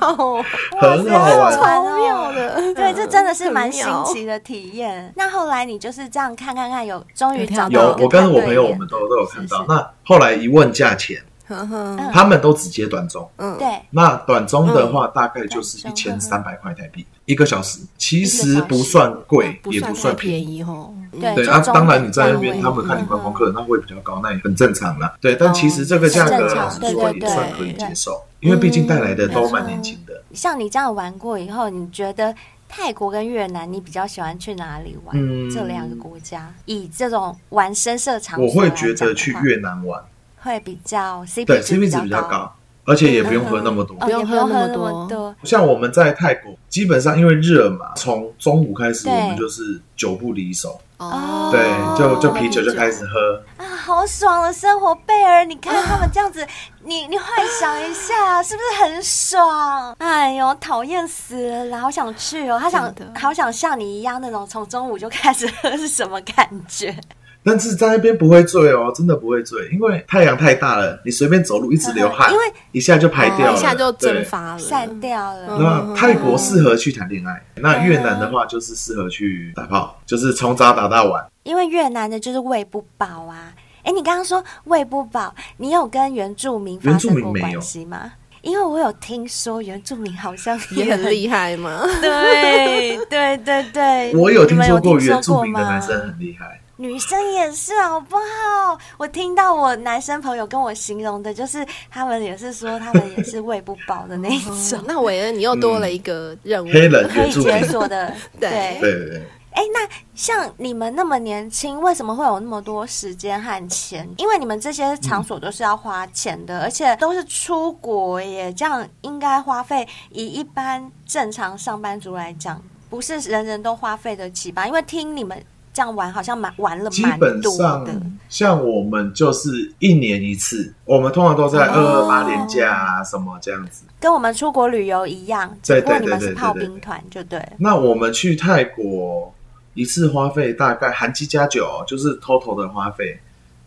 S1: 哦，
S6: 很好
S2: 好
S6: 玩。
S1: 超妙的嗯
S2: 对，这真的是蛮新
S1: 很妙
S2: 奇的体验。那后来你就是这样看看看，有终于找到
S6: 有，我跟我朋友我
S2: 我
S6: 们都都有看到。那后来一问价钱，
S1: 呵呵，
S2: 嗯
S6: 他们都只接短中。
S1: 嗯，
S2: 对
S6: 那短中的话，大概就是一
S2: 短
S6: 千
S2: 中
S6: 三百块台币一个小时，其实不
S1: 小时哦
S6: 算贵，
S1: 不
S6: 也
S1: 算
S6: 不
S1: 太
S6: 算便
S1: 便
S6: 宜。
S1: 宜哦。
S2: 对
S6: 对
S2: 就
S6: 啊，
S2: 中
S6: 当然
S2: 等
S6: 你在那
S2: 价
S6: 边，
S2: 位
S6: 他们看你观光客，那会比较高，那也很正常啦。对，但其实这个
S1: 是
S6: 价格
S2: 正
S6: 老
S2: 常
S6: 实
S2: 对
S6: 说
S2: 对
S6: 也算
S1: 对
S6: 可以接
S2: 对
S6: 受，因为毕竟带来的
S1: 嗯
S6: 都
S1: 没
S6: 蛮
S1: 错
S6: 年轻的。
S2: 像你这样玩过以后，你觉得泰国跟越南，你比较喜欢去哪里玩？
S6: 嗯
S2: 这两个国家，以这种玩深色场所
S6: 我
S2: 来讲
S6: 会
S2: 的话，
S6: 觉得去越南玩，
S2: 会比较 CP
S6: 对
S2: 值
S6: ，CP 值比较，高，而且也不用喝那么多。
S2: 哦
S1: 不用
S2: 也
S1: 喝
S2: 用
S1: 那么
S2: 那么
S1: 多
S2: 多。
S6: 像我们在泰国，基本上因为热嘛，从中午开始
S2: 对
S6: 我们就是酒不离手，
S1: 哦，
S6: 对，就就
S1: 哦
S6: 啤酒就
S1: 啤酒
S6: 开始喝，
S2: 啊，好爽的生活！贝尔，你看他们这样子， *laughs* 你你幻想一下，是不是很爽？哎呦，讨厌死了啦！好想去哦，好想
S1: 真的
S2: 好想像你一样那种从中午就开始喝是什么感
S1: *laughs*
S2: 觉？
S6: 但是在那边不会醉哦，真的不会醉，因为太阳太大了，你随便走路一直流汗，
S2: 嗯因为
S6: 一下就排掉了，
S1: 一下就蒸
S6: 对。
S1: 发了
S2: 散。掉
S1: 嗯
S2: 了，
S6: 那泰国适合去谈恋爱，那越南的话就是适合去打炮，就是从早打到晚。
S2: 因为越南的就是喂不饱啊。哎，你刚刚说喂不饱，你有跟原住民发
S6: 原住
S2: 生
S6: 民
S2: 过
S6: 没有
S2: 关系吗？因为我有听说原住民好像
S1: 也很厉害 *laughs* 嘛，
S2: 害， *laughs* 对对对对，
S6: 我有
S2: 你
S6: 听
S2: 们
S6: 说过
S2: 听
S6: 原住民的
S2: 过吗
S6: 男生很厉害，
S2: 女生也是好不好？我听到我男生朋友跟我形容的，就是他们也是说他们也是喂不饱的那一
S6: *laughs*
S2: 种，
S1: 那韦恩，你又多了一个任务，
S6: 嗯黑人
S2: 可
S6: 原
S2: 以
S6: 住民
S2: 解，锁的。
S1: 对
S6: *laughs* 对对对。
S2: 哎，那像你们那么年轻，为什么会有那么多时间和钱？因为你们这些场所都是要花钱的，而且都是出国耶，这样应该花费以一般正常上班族来讲，不是人人都花费得起吧？因为听你们这样玩，好像蛮玩了
S6: 基
S2: 蛮
S6: 本
S2: 多
S6: 上
S2: 的。
S6: 像我们就是一年一次，我们通常都
S2: 哦
S6: 在二二八年假啊什么这样子。
S2: 跟我们出国旅游一样，只
S6: 对
S2: 不过
S6: 对
S2: 你们
S6: 对
S2: 是
S6: 对
S2: 炮
S6: 对对
S2: 兵团，就对。
S6: 那我们去泰国一次花费大概含机加酒，就是 total 的花费，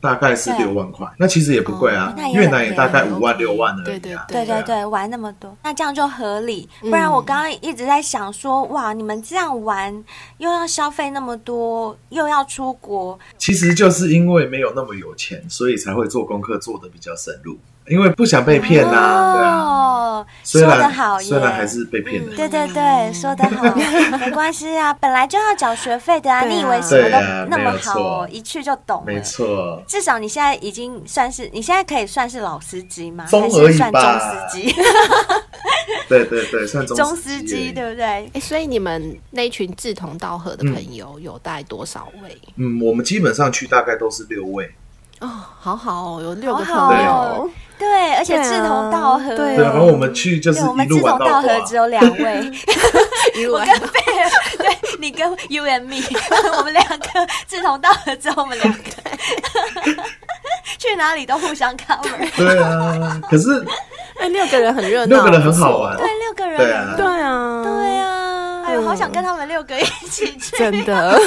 S6: 大概是
S2: 对
S6: 六万块，那其实也不贵啊
S2: 哦那，也
S6: 越南也
S2: 很
S6: 大概
S2: 便宜
S6: 五万六万而
S1: 对
S6: 已啊。
S2: 对对
S6: 啊，
S2: 对，玩那么多，那这样就合理。不然我刚刚一直在想说，哇，你们这样玩又要消费那么多，又要出国，
S6: 其实就是因为没有那么有钱，所以才会做功课做的比较深入，因为不想被骗啊，对啊。
S2: 哦，
S6: 虽
S2: 说得好
S6: 然
S2: 耶，嗯
S6: 虽然还是被骗了，
S2: 对对对，说得好，没关系啊，本来就要缴学费的啊，
S7: 对啊
S2: 你以为什么
S6: 对啊
S2: 都那么好
S6: 没有错
S2: 哦，一去就懂
S6: 没
S2: 了。
S6: 错。
S2: 至少你现在已经算是，你现在可以算是老司机吗？
S6: 中
S2: 还
S6: 而
S2: 是
S6: 已
S2: 算中
S6: 吧
S2: 司机？
S6: 对对对，算中
S2: 中司机
S6: 的。
S2: 对不对？
S1: 哎，所以你们那群志同道合的朋友有带多少位？
S6: 嗯，我们基本上去大概都是六位，
S1: 哦，好好哦，有六个朋
S2: 好
S6: 对
S1: 友，
S2: 好哦，对，而且志同道合，
S1: 对啊
S6: 对啊，然后我们去就是
S2: 对，我
S6: 一
S2: 们志
S6: 路玩
S2: 同
S6: 到
S2: 道
S6: 挂
S2: 合。只有两位， *laughs*
S1: 一路
S2: 我
S1: 玩
S2: 跟贝尔，对你跟 You and me，我们两个志同道合，只有我们两个，去哪里都互相 cover。
S6: 对啊，可
S2: *laughs*
S6: 是
S1: 哎，六个人很热闹，
S6: 六个人很好玩
S1: 不，
S2: 对，六个人，
S6: 对啊
S1: 错。对啊，
S2: 对啊，哎呦，好想跟他们六个一起
S1: *laughs*
S2: 去，
S1: 真的。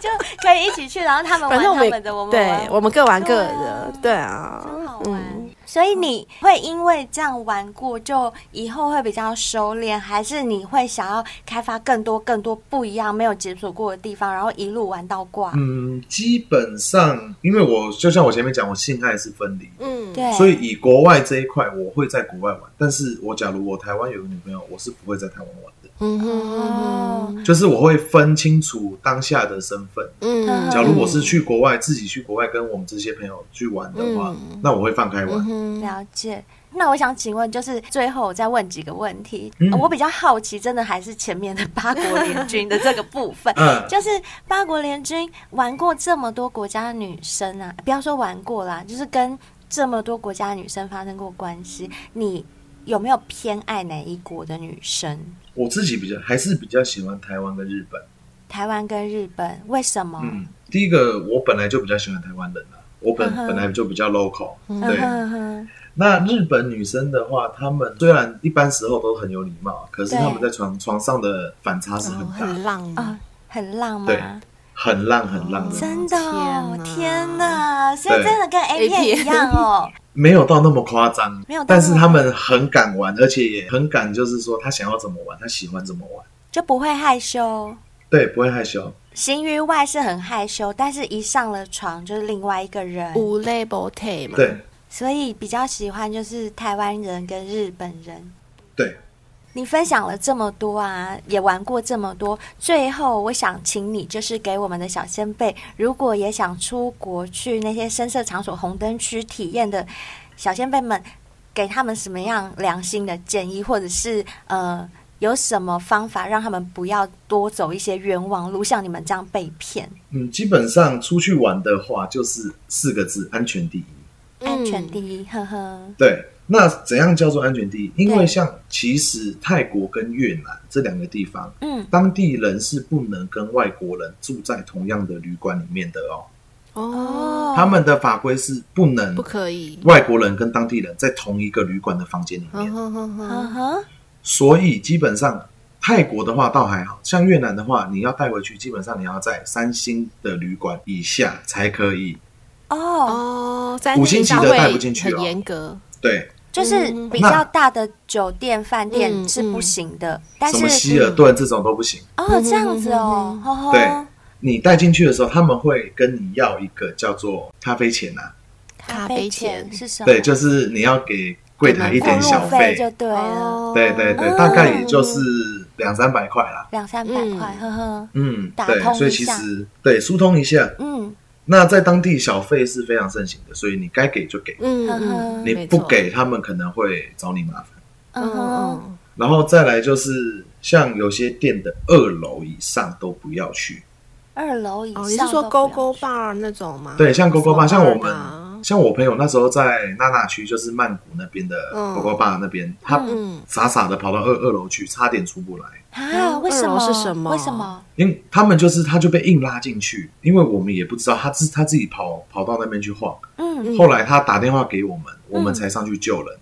S2: 就可以一起去，然后他们玩
S1: 反正
S2: 他
S1: 我
S2: 们的，我们玩
S1: 对，我们各玩各的，对啊，
S2: 真好玩。所以你会因为这样玩过，就以后会比较收敛，还是你会想要开发更多更多不一样、没有解锁过的地方，然后一路玩到挂？
S6: 嗯，基本上，因为我就像我前面讲，我性爱是分离，
S1: 嗯，
S2: 对，
S6: 所以以国外这一块，我会在国外玩，但是我假如我台湾有个女朋友，我是不会在台湾玩的，
S1: 嗯
S2: 哦
S1: 哼，
S6: 就是我会分清楚当下的身份。
S1: 嗯
S6: 假如我是去国外自己去国外跟我们这些朋友去玩的话，那我会放开玩。
S1: 嗯
S2: 了解。那我想请问，就是最后我再问几个问题，
S6: 嗯，
S2: 我比较好奇，真的还是前面的八国联军的这个部分
S6: 嗯，
S2: 就是八国联军玩过这么多国家的女生啊，不要说玩过啦，就是跟这么多国家的女生发生过关系，你有没有偏爱哪一国的女生？
S6: 我自己比较还是比较喜欢台湾跟日本。
S2: 台湾跟日本为什么？
S6: 嗯，第一个我本来就比较喜欢台湾人啊，我本、
S2: 嗯哼
S6: 本来就比较 local，、
S2: 嗯
S6: 对。
S2: 哼哼
S6: 那日本女生的话，她们虽然一般时候都很有礼貌，可是
S2: 对
S6: 她们在床床上的反差是很
S1: 哦
S6: 大，
S1: 很浪
S2: 啊、很浪
S6: 对
S2: 漫，啊
S6: 很浪很浪的，
S2: 真的哦，
S1: 天哪
S2: 天哪！所以
S6: 对
S2: 真的跟 A 片
S1: 片
S2: 一样哦。
S6: 没有到那么夸张，
S2: 没有到那么
S6: 但是她们很敢玩，而且也很敢，就是说她想要怎么玩，她喜欢怎么玩，
S2: 就不会害羞。
S6: 对，不会害羞。
S2: 行于外是很害羞，但是一上了床就是另外一个人，
S1: 无 label t 嘛，
S6: 对
S2: 所以比较喜欢就是台湾人跟日本人。
S6: 对，
S2: 你分享了这么多啊，也玩过这么多，最后我想请你就是给我们的小先辈，如果也想出国去那些深色场所、红灯区体验的小先辈们，给他们什么样良心的建议，或者是呃有什么方法让他们不要多走一些冤枉路，像你们这样被骗？
S6: 嗯，基本上出去玩的话，就是四个字：安全第一。
S2: 安全第一，呵呵，
S6: 对，那怎样叫做安全地？因
S2: 对
S6: 为像其实泰国跟越南这两个地方，
S2: 嗯，
S6: 当地人是不能跟外国人住在同样的旅馆里面的哦。
S1: 哦，
S6: 他们的法规是不能
S1: 不可以，
S6: 外国人跟当地人在同一个旅馆的房间里
S1: 嗯
S6: 面，
S1: 哼哼哼
S2: 呵呵，
S6: 所以基本上。泰国的话倒还好，像越南的话，你要带回去，基本上你要在三星的旅馆以下才可以。
S2: 哦，
S1: 哦，三
S6: 五星级的
S1: 单位
S6: 带不进去哦
S1: 很严格，
S6: 对，
S2: 就是
S1: 嗯
S2: 比较大的酒店、饭店
S1: 嗯
S2: 是不行的，但
S6: 什么
S2: 是
S6: 希尔顿这种都不行。
S2: 哦这样子哦，
S1: 嗯
S2: 呵呵
S6: 对你带进去的时候，他们会跟你要一个叫做咖啡钱啊，
S2: 咖
S1: 咖
S2: 啡
S1: 啡
S2: 钱
S1: 钱
S2: 是什么？
S6: 对，就是你要给柜台一点小
S2: 过路费就嗯对了，
S1: 哦
S6: 对对对，大概也就是两三百块啦。
S2: 两三百块，呵呵，
S6: 嗯，
S2: 打
S6: 对
S2: 通，
S6: 所以
S2: 一
S6: 其
S2: 下
S6: 实对疏通一下。
S2: 嗯，
S6: 那在当地小费是非常盛行的，所以你该给就给，
S1: 嗯
S2: 呵
S1: 嗯，
S2: 呵，
S6: 你
S1: 没
S6: 不
S1: 错
S6: 给他们可能会找你麻烦。
S2: 嗯哼，
S1: 嗯
S6: 然后再来就是像有些店的二楼以上都不要去，
S2: 二楼以
S1: 哦，
S2: 上，
S1: 你是说勾勾？bar 那种
S2: 啊
S1: 吗？
S6: 对，像 GoGo 吧，
S1: 什
S6: 像
S1: 么
S6: 我
S1: bar 的啊
S6: 们，像我朋友那时候在娜娜区，就是曼谷那边的
S1: 嗯
S6: GoGo 吧那边，他
S1: 嗯
S6: 傻傻的跑到二二楼去，差点出不来，
S2: 啊？为什
S1: 二
S2: 么？
S1: 楼是什么
S2: 为什么？
S6: 因为他们就是他就被硬拉进去，因为我们也不知道他自他自己跑跑到那边去晃，
S2: 嗯
S1: 嗯
S6: 后来他打电话给我们，我们才上去救人。
S1: 嗯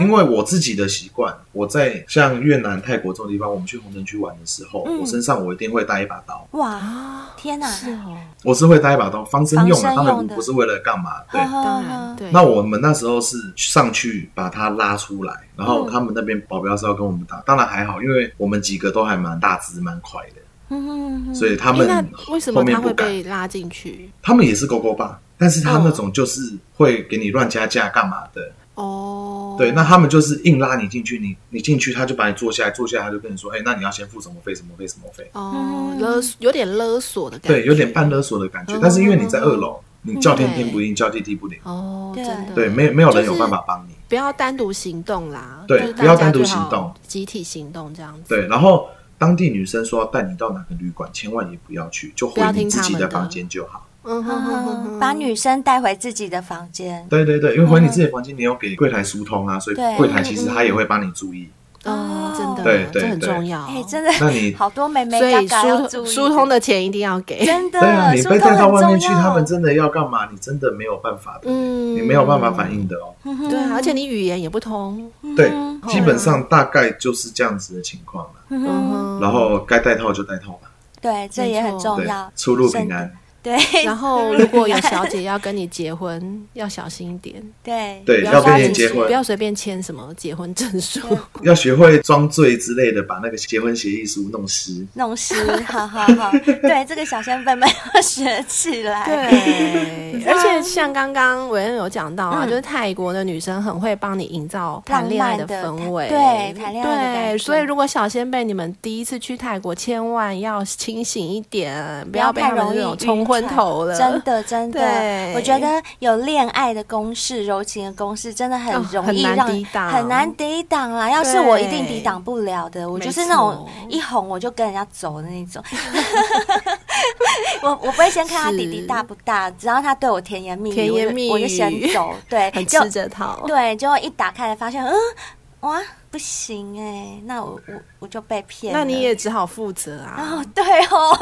S6: 因为我自己的习惯，我在像越南、泰国这种地方，我们去红灯区玩的时候，
S1: 嗯
S6: 我身上我一定会带一把刀，
S2: 哇，天哪！
S1: 哦嗯
S6: 我是会带一把刀，防身用
S2: 防身
S6: 的，他
S2: 用
S6: 们
S2: 的
S6: 不是为了干嘛？
S1: *laughs*
S6: 对。
S1: 当然对。
S6: 那我们那时候是上去把他拉出来，然后他们那边保镖是要跟我们打，当然还好，因为我们几个都还蛮大只、蛮快的，
S2: 嗯
S6: 所以
S1: 嗯
S6: 他
S1: 诶
S6: 们
S1: 那为什
S6: 后
S1: 么
S6: 面
S1: 他
S6: 不
S1: 会
S6: 敢。
S1: 被拉进去？
S6: 他们也是勾勾爸，但是他那种就是会给你乱加价干嘛的。
S1: 哦，
S6: 对，那他们就是硬拉你进去，你你进去，他就把你坐下来，坐下来他就跟你说，哎、那你要先付什么费，什么费，什么费。
S1: 哦，
S2: 嗯
S1: 勒索有点勒索的感觉，
S6: 对，有点半勒索的感觉，但是因为你在二楼，你叫天天不应，叫地地不灵，
S1: 哦，
S2: 对
S1: 真的
S6: 对，没有没有人
S1: 就是
S6: 有办法帮你。
S1: 不要单独行动啦，
S6: 对
S1: 就是
S6: 不
S1: 大
S6: 要
S1: 家
S6: 单独
S1: 最好
S6: 行动，
S1: 集体行动这样子，
S6: 对，然后当地女生说要带你到哪个旅馆，千万也不要去，就回
S1: 不要
S6: 你
S1: 听
S6: 自
S1: 他
S6: 己
S1: 们
S6: 的
S1: 的
S6: 房间就好。
S1: 嗯哼哼哼哼，
S2: 把女生带回自己的房间，
S6: 对对对，因为回你自己的房间，你有给柜台疏通啊，所以
S2: 对
S6: 柜台其实他也会帮你注意。
S1: 哦，真的，
S6: 对对
S1: 这很重要，
S2: 哎、真的，
S6: 那
S2: *laughs*
S6: 你
S2: 好多妹妹
S1: 所以
S2: 嘎嘎要
S1: 疏
S2: 注意，
S1: 疏通的钱一定要给，
S2: 真的，
S6: 对啊，你
S2: 疏
S6: 被
S2: 通
S6: 带到
S2: 很
S6: 外面
S2: 重
S6: 去，
S2: 要
S6: 他们真的要干嘛？你真的没有办法的，
S1: *laughs* 嗯
S6: 你没有办法反应的哦。
S2: 嗯
S1: 对啊，而且你语言也不通，
S6: 对，基本上大概就是这样子的情况了。
S1: 嗯
S6: 然
S1: 哼，
S6: 后该带套就带套吧，
S2: 对，这也很重
S6: 对
S2: 哦要，，嗯
S6: 出入平
S2: 真
S6: 安
S2: 的。对，
S1: 然后如果有小姐要跟你结婚，要小心一点，
S2: 对
S6: *laughs* 对，
S1: 不
S6: 要
S1: 随
S6: 跟
S1: 便
S6: 你结婚
S1: 不，要随便签什么结婚证书，
S6: 要学会装醉之类的，把那个结婚协议书弄湿。
S2: 弄湿，好好
S6: *laughs*
S2: 好，对，这个小先辈们要学起来，
S1: *laughs* 对，而且像刚刚韦恩有讲到
S2: 嗯
S1: 啊，就是泰国的女生很会帮你营造谈恋爱氛围，
S2: 浪漫的对谈恋爱的感觉
S1: 对，所以如果小先辈你们第一次去泰国，千万要清醒一点，不要被
S2: 太
S1: 他们
S2: 容
S1: 那
S2: 易
S1: 种冲昏头了，
S2: 真。的真的
S1: 对，
S2: 我觉得有恋爱的公式、柔情的公式，真的很
S1: 哦
S2: 容
S1: 很
S2: 易
S1: 难
S2: 让
S1: 抵挡
S2: 很难抵挡啦。要是
S1: 对
S2: 我一定抵挡不了的，我
S1: 没
S2: 就是那种
S1: 错
S2: 一哄我就跟人家走的那种。 *laughs* 我我不会先看他
S1: 是
S2: 弟弟大不大，只要他对我甜言蜜语，
S1: 甜言蜜语
S2: 我就我就先走。
S1: *laughs*
S2: 对，
S1: 很
S2: 就
S1: 吃这套，
S2: 对，结果一打开来发现，嗯，哇，不行哎、那我我我就被骗了。
S1: 那你也只好负责啊。
S2: 哦，对哦，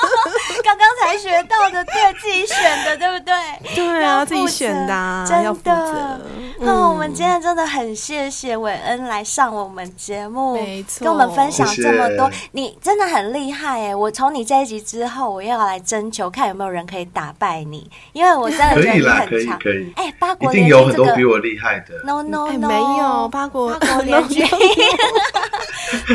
S2: *laughs* 刚刚才学到的，对自己选的，对不对？
S1: 对
S2: 要
S1: 啊，
S2: 负责
S1: 自己选的啊，
S2: 真
S1: 要负
S2: 的哦
S1: 责。。
S2: 那、我们今天真的很谢谢韦恩来上我们节目，
S1: 没错
S2: 跟我们分享
S6: 谢谢
S2: 这么多，你真的很厉害哎！我从你这一集之后，我又要来征求看有没有人可以打败你，因为我真的
S6: 可
S2: 觉得
S6: 以
S2: 你
S6: 啦，可
S2: 很
S6: 以
S2: 强。
S6: 可以，
S2: 哎，八
S6: 一
S2: 国
S6: 定
S2: 联
S6: 有
S2: 军
S6: 很
S2: 这
S6: 多
S2: 个
S6: 比我厉害的。
S2: ，no no
S1: 哎，
S2: no，
S1: 没有八国
S2: 八国
S1: *laughs*
S2: 联军，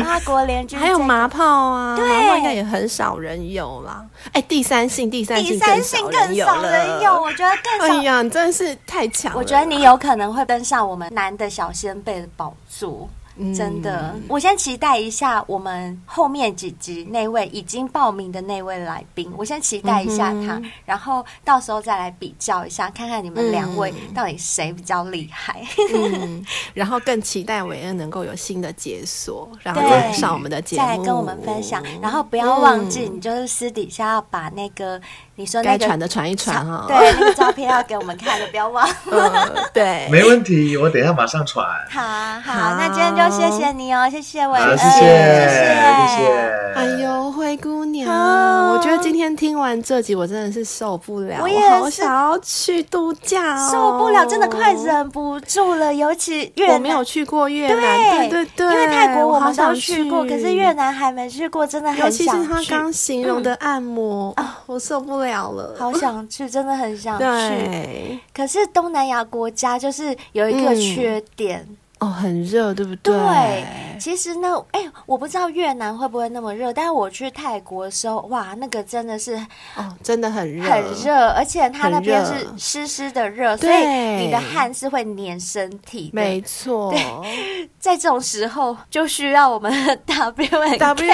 S2: 八国联军，
S1: 还有麻炮啊，
S2: 对
S1: 麻炮应该也很少人有啦。哎，第三性，第三
S2: 第
S1: 性
S2: 三性
S1: 更
S2: 更
S1: 少
S2: 少
S1: 人
S2: 人
S1: 有
S2: 有，
S1: 了。
S2: 我觉得更
S1: 哎
S2: 少。
S1: 呀，你真的是太强了！
S2: 我觉得你有可能会登上我们男的小先辈的宝座。
S1: 嗯
S2: 真的，我先期待一下我们后面几集那位已经报名的那位来宾，我先期待一下
S1: 嗯
S2: 他，然后到时候再来比较一下，看看你们两位到底谁比较
S1: *laughs*
S2: 厉害。
S1: *laughs* 嗯，然后更期待韦恩能够有新的解锁，然后
S2: 对
S1: 再上我们的节目，嗯
S2: 再来跟我们分享，然后不要忘记，你就是私底下要把那个你说那
S1: 该
S2: 个
S1: 传的传一传啊哈。 *laughs*
S2: 对那个照片要给我们看的，不要忘。
S1: 呃，对，
S6: *laughs* 没问题，我等一下马上传。
S2: 好
S1: *laughs*
S2: 好，那今天就谢谢你哦，谢谢伟
S6: 好，
S2: 恩，
S6: 谢谢，谢
S2: 谢
S6: 谢。
S1: 哎，呦，灰姑娘，
S2: 啊
S1: 我觉得今天听完这集，我真的是受不了，
S2: 我
S1: 我
S2: 也
S1: 好
S2: 是
S1: 想要去度假、哦，
S2: 受不了，真的快。忍不住了。尤其越
S1: 我
S2: 南，
S1: 没有去过越
S2: 对
S1: 南，对对对，
S2: 因为泰国我
S1: 好
S2: 们都
S1: 想
S2: 去过，可是越，南还没去过，真的
S1: 尤
S2: 很
S1: 其是
S2: 想
S1: 他
S2: 去，嗯哦
S1: 刚形容的按摩，啊，我受不了了。
S2: 好想去，真的很想去。
S1: 对，
S2: 可是东南亚国家就是有一个
S1: 嗯
S2: 缺点，
S1: 哦，很热，对不对？
S2: 对，其实呢，哎、我不知道越南会不会那么热，但是我去泰国的时候，哇，那个真的是
S1: 哦，真的很热，
S2: 很热，而且它
S1: 很
S2: 那边
S1: 热
S2: 是湿湿的热，所以
S1: 对
S2: 你的汗是会粘身体
S1: 没
S2: 的。
S1: 错。
S2: *laughs* 在这种时候，就需要我们 *laughs* 的 W N
S1: W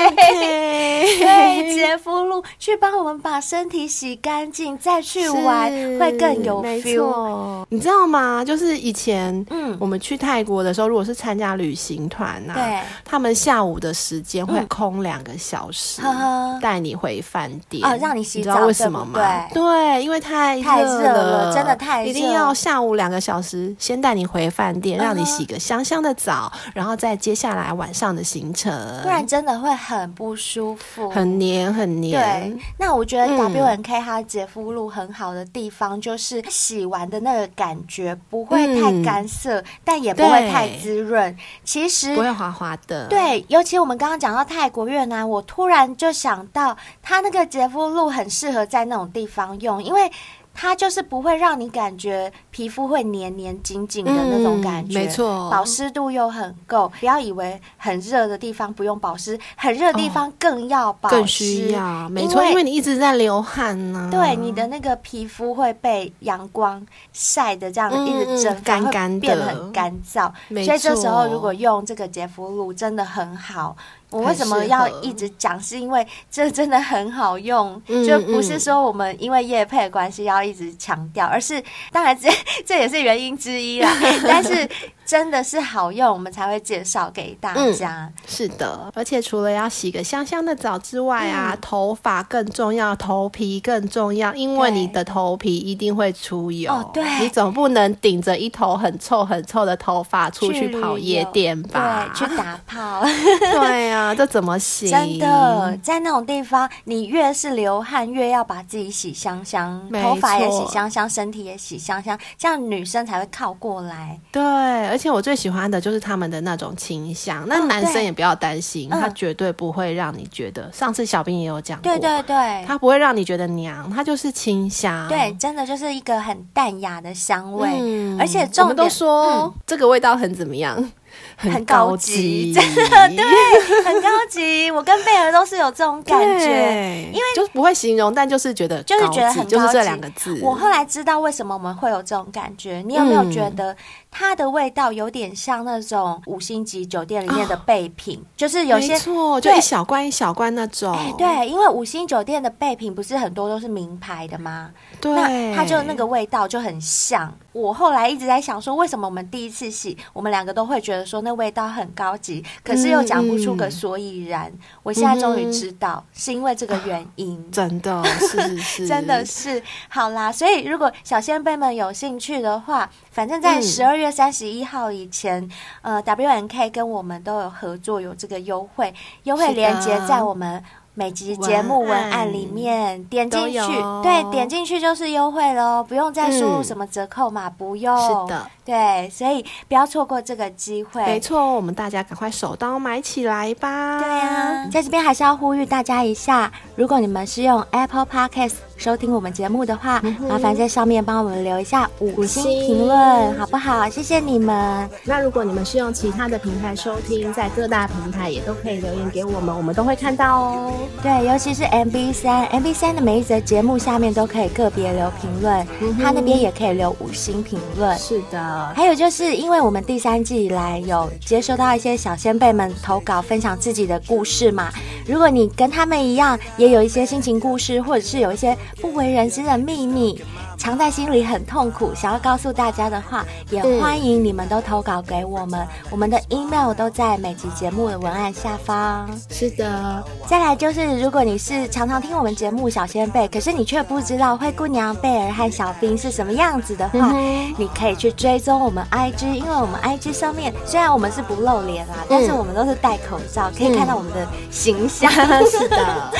S1: K，
S2: 对，杰夫露去帮我们把身体洗干净，再去玩
S1: 是
S2: 会更有
S1: 没
S2: feel。
S1: 错，你知道吗？就是以前，
S2: 嗯
S1: 嗯，我们去泰国的时候，如果是参加旅行团呐、
S2: 对嗯
S1: 他们下午的时间会空两个小时
S2: 呵呵，
S1: 带、你回饭店，
S2: 嗯哦让你洗澡
S1: 知道为什么吗？
S2: 对
S1: 对，因为太
S2: 太热
S1: 热
S2: 了真的太热
S1: 一定要下午两个小时先带你回饭店，让
S2: 嗯
S1: 你
S2: 哼
S1: 洗个香香的澡，然后再接下来晚上的行程，
S2: 不然真的会很不舒服，
S1: 很黏很
S2: 对
S1: 黏。，
S2: 那我觉得
S1: 嗯
S2: W N K 它洁肤露很好的地方就是洗完的那个感觉不会太
S1: 嗯
S2: 干涩，但也不会
S1: 对
S2: 太滋润。其实
S1: 不会滑滑的。，
S2: 对，尤其我们刚刚讲到泰国、越南，我突然就想到，它那个洁肤露很适合在那种地方用，因为它就是不会让你感觉皮肤会黏黏紧紧的那种感
S1: 嗯
S2: 觉，
S1: 没错
S2: 保湿度又很够。不要以为很热的地方不用保湿，很热的地方更要保湿，
S1: 更需要，没错，因为你一直在流汗呢、
S2: 对你的那个皮肤会被阳光晒的这样
S1: 嗯
S2: 一直蒸
S1: 嗯
S2: 发，
S1: 干干的
S2: 会变得很干燥。
S1: 没
S2: 所以这时候
S1: 错
S2: 如果用这个洁肤露真的很好。我为
S1: 很
S2: 什么
S1: 适
S2: 要
S1: 合
S2: 一直讲？是因为这真的很好用，
S1: 嗯
S2: 就不是
S1: 嗯
S2: 说我们因为叶配的关系要一直强调，而是当然这 *laughs* 这也是原因之
S1: *laughs*
S2: 一啦。但是真的是好用，我们才会介绍给大
S1: 嗯
S2: 家。
S1: 是的，而且除了要洗个香香的澡之外啊，
S2: 嗯
S1: 头发更重要，头皮更重要，因为
S2: 对
S1: 你的头皮一定会出油。
S2: 哦对
S1: 你总不能顶着一头很臭很臭的头发出去
S2: 旅
S1: 跑夜
S2: 游
S1: 店吧？*laughs*
S2: 对，去打炮。
S1: 对啊，这怎么行？
S2: 真的，，在那种地方，你越是流汗，越要把自己洗香香，
S1: 没
S2: 头发也洗
S1: 错
S2: 香香，身体也洗香香，这样女生才会靠过来。
S1: 对，而且我最喜欢的就是他们的那种清香。那
S2: 哦
S1: 男生
S2: 对
S1: 也不要担心，
S2: 嗯
S1: 他绝对不会让你觉得。上次小兵也有讲过，
S2: 对对对，
S1: 他不会让你觉得娘，他就是清香。
S2: 对，真的就是一个很淡雅的香味，
S1: 嗯
S2: 而且
S1: 我
S2: 重
S1: 们都
S2: 点嗯
S1: 说、这个味道很怎么样，
S2: 很
S1: 高
S2: 高级真的 *laughs* 对，很高级。我跟贝儿都是有这种感觉。
S1: 因为就是不会形容，但就是觉得
S2: 就是
S1: 高
S2: 觉得
S1: 级
S2: 很
S1: 就是
S2: 高
S1: 这
S2: 级
S1: 两个字。
S2: 我后来知道为什么我们会有这种感觉，你有没有
S1: 嗯
S2: 觉得它的味道有点像那种五星级酒店里面的备品？就是有
S1: 哦
S2: 些
S1: 没错，就
S2: 对
S1: 一小罐一小罐那种，
S2: 哎，对，因为五星酒店的备品不是很多都是名牌的吗？
S1: 对，
S2: 那它就那个味道就很像。我后来一直在想说，为什么我们第一次洗，我们两个都会觉得说那味道很高级，可是又讲不出
S1: 嗯
S2: 个所以然。我现在终于知道，是因为这个原因。
S1: 真
S2: *laughs*
S1: 的是是是，
S2: 真的是好啦，所以如果小先辈们有兴趣的话，反正在
S1: 嗯
S2: 十二月三十一号以前，呃，W N K 跟我们都有合作，有这个优惠，优惠
S1: 是的
S2: 链接在我们。每集节目文
S1: 文案
S2: 案里面点进去
S1: 都有，
S2: 对，点进去就是优惠喽，不用再输入
S1: 嗯
S2: 什么折扣码，不用。
S1: 是的，
S2: 对，所以不要错过这个机会。
S1: 没错，我们大家赶快手刀买起来吧！
S2: 对啊，在这边还是要呼吁大家一下，如果你们是用 Apple Podcast 收听我们节目的话，麻烦在上面帮我们留一下嗯五星评论，好不好？谢谢你们。
S8: 那如果你们是用其他的平台收听，在各大平台也都可以留言给我们，我们都会看到哦。
S2: 对，尤其是 MB 三，MB 三的每一则节目下面都可以个别留评论，他那边也可以留五星评论。
S8: 嗯是的，
S2: 还有就是，因为我们第三季以来有接收到一些小先辈们投稿分享自己的故事嘛，如果你跟他们一样，也有一些心情故事，或者是有一些不为人知的秘密，藏在心里很痛苦，想要告诉大家的话，也欢迎你们都投稿给我们，我们的 email 都在每集节目的文案下方。
S8: 是的，
S2: 再来就是，如果你是常常听我们节目小先辈，可是你却不知道灰姑娘贝尔和小兵是什么样子的话，你可以去追踪我们 IG，因为我们 IG 上面虽然我们是不露脸啦，但是我们都是戴口罩，可以看到我们的形象。是 *laughs* 的，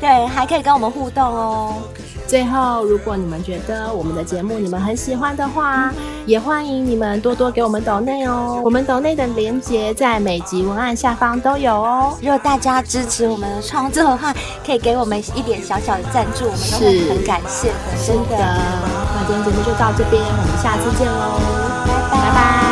S2: 对，还可以跟我们互动哦。
S8: 最后，如果你们觉得我们的节目你们很喜欢的话，也欢迎你们多多给我们抖内哦。我们抖内的连接在每集文案下方都有哦。
S2: 如果大家支持我们的创作的话，可以给我们一点小小的赞助，我们都会很感谢的，真
S8: 真的，
S2: 的。
S8: 那今天节目就到这边，我们下次见喽，
S2: 拜拜。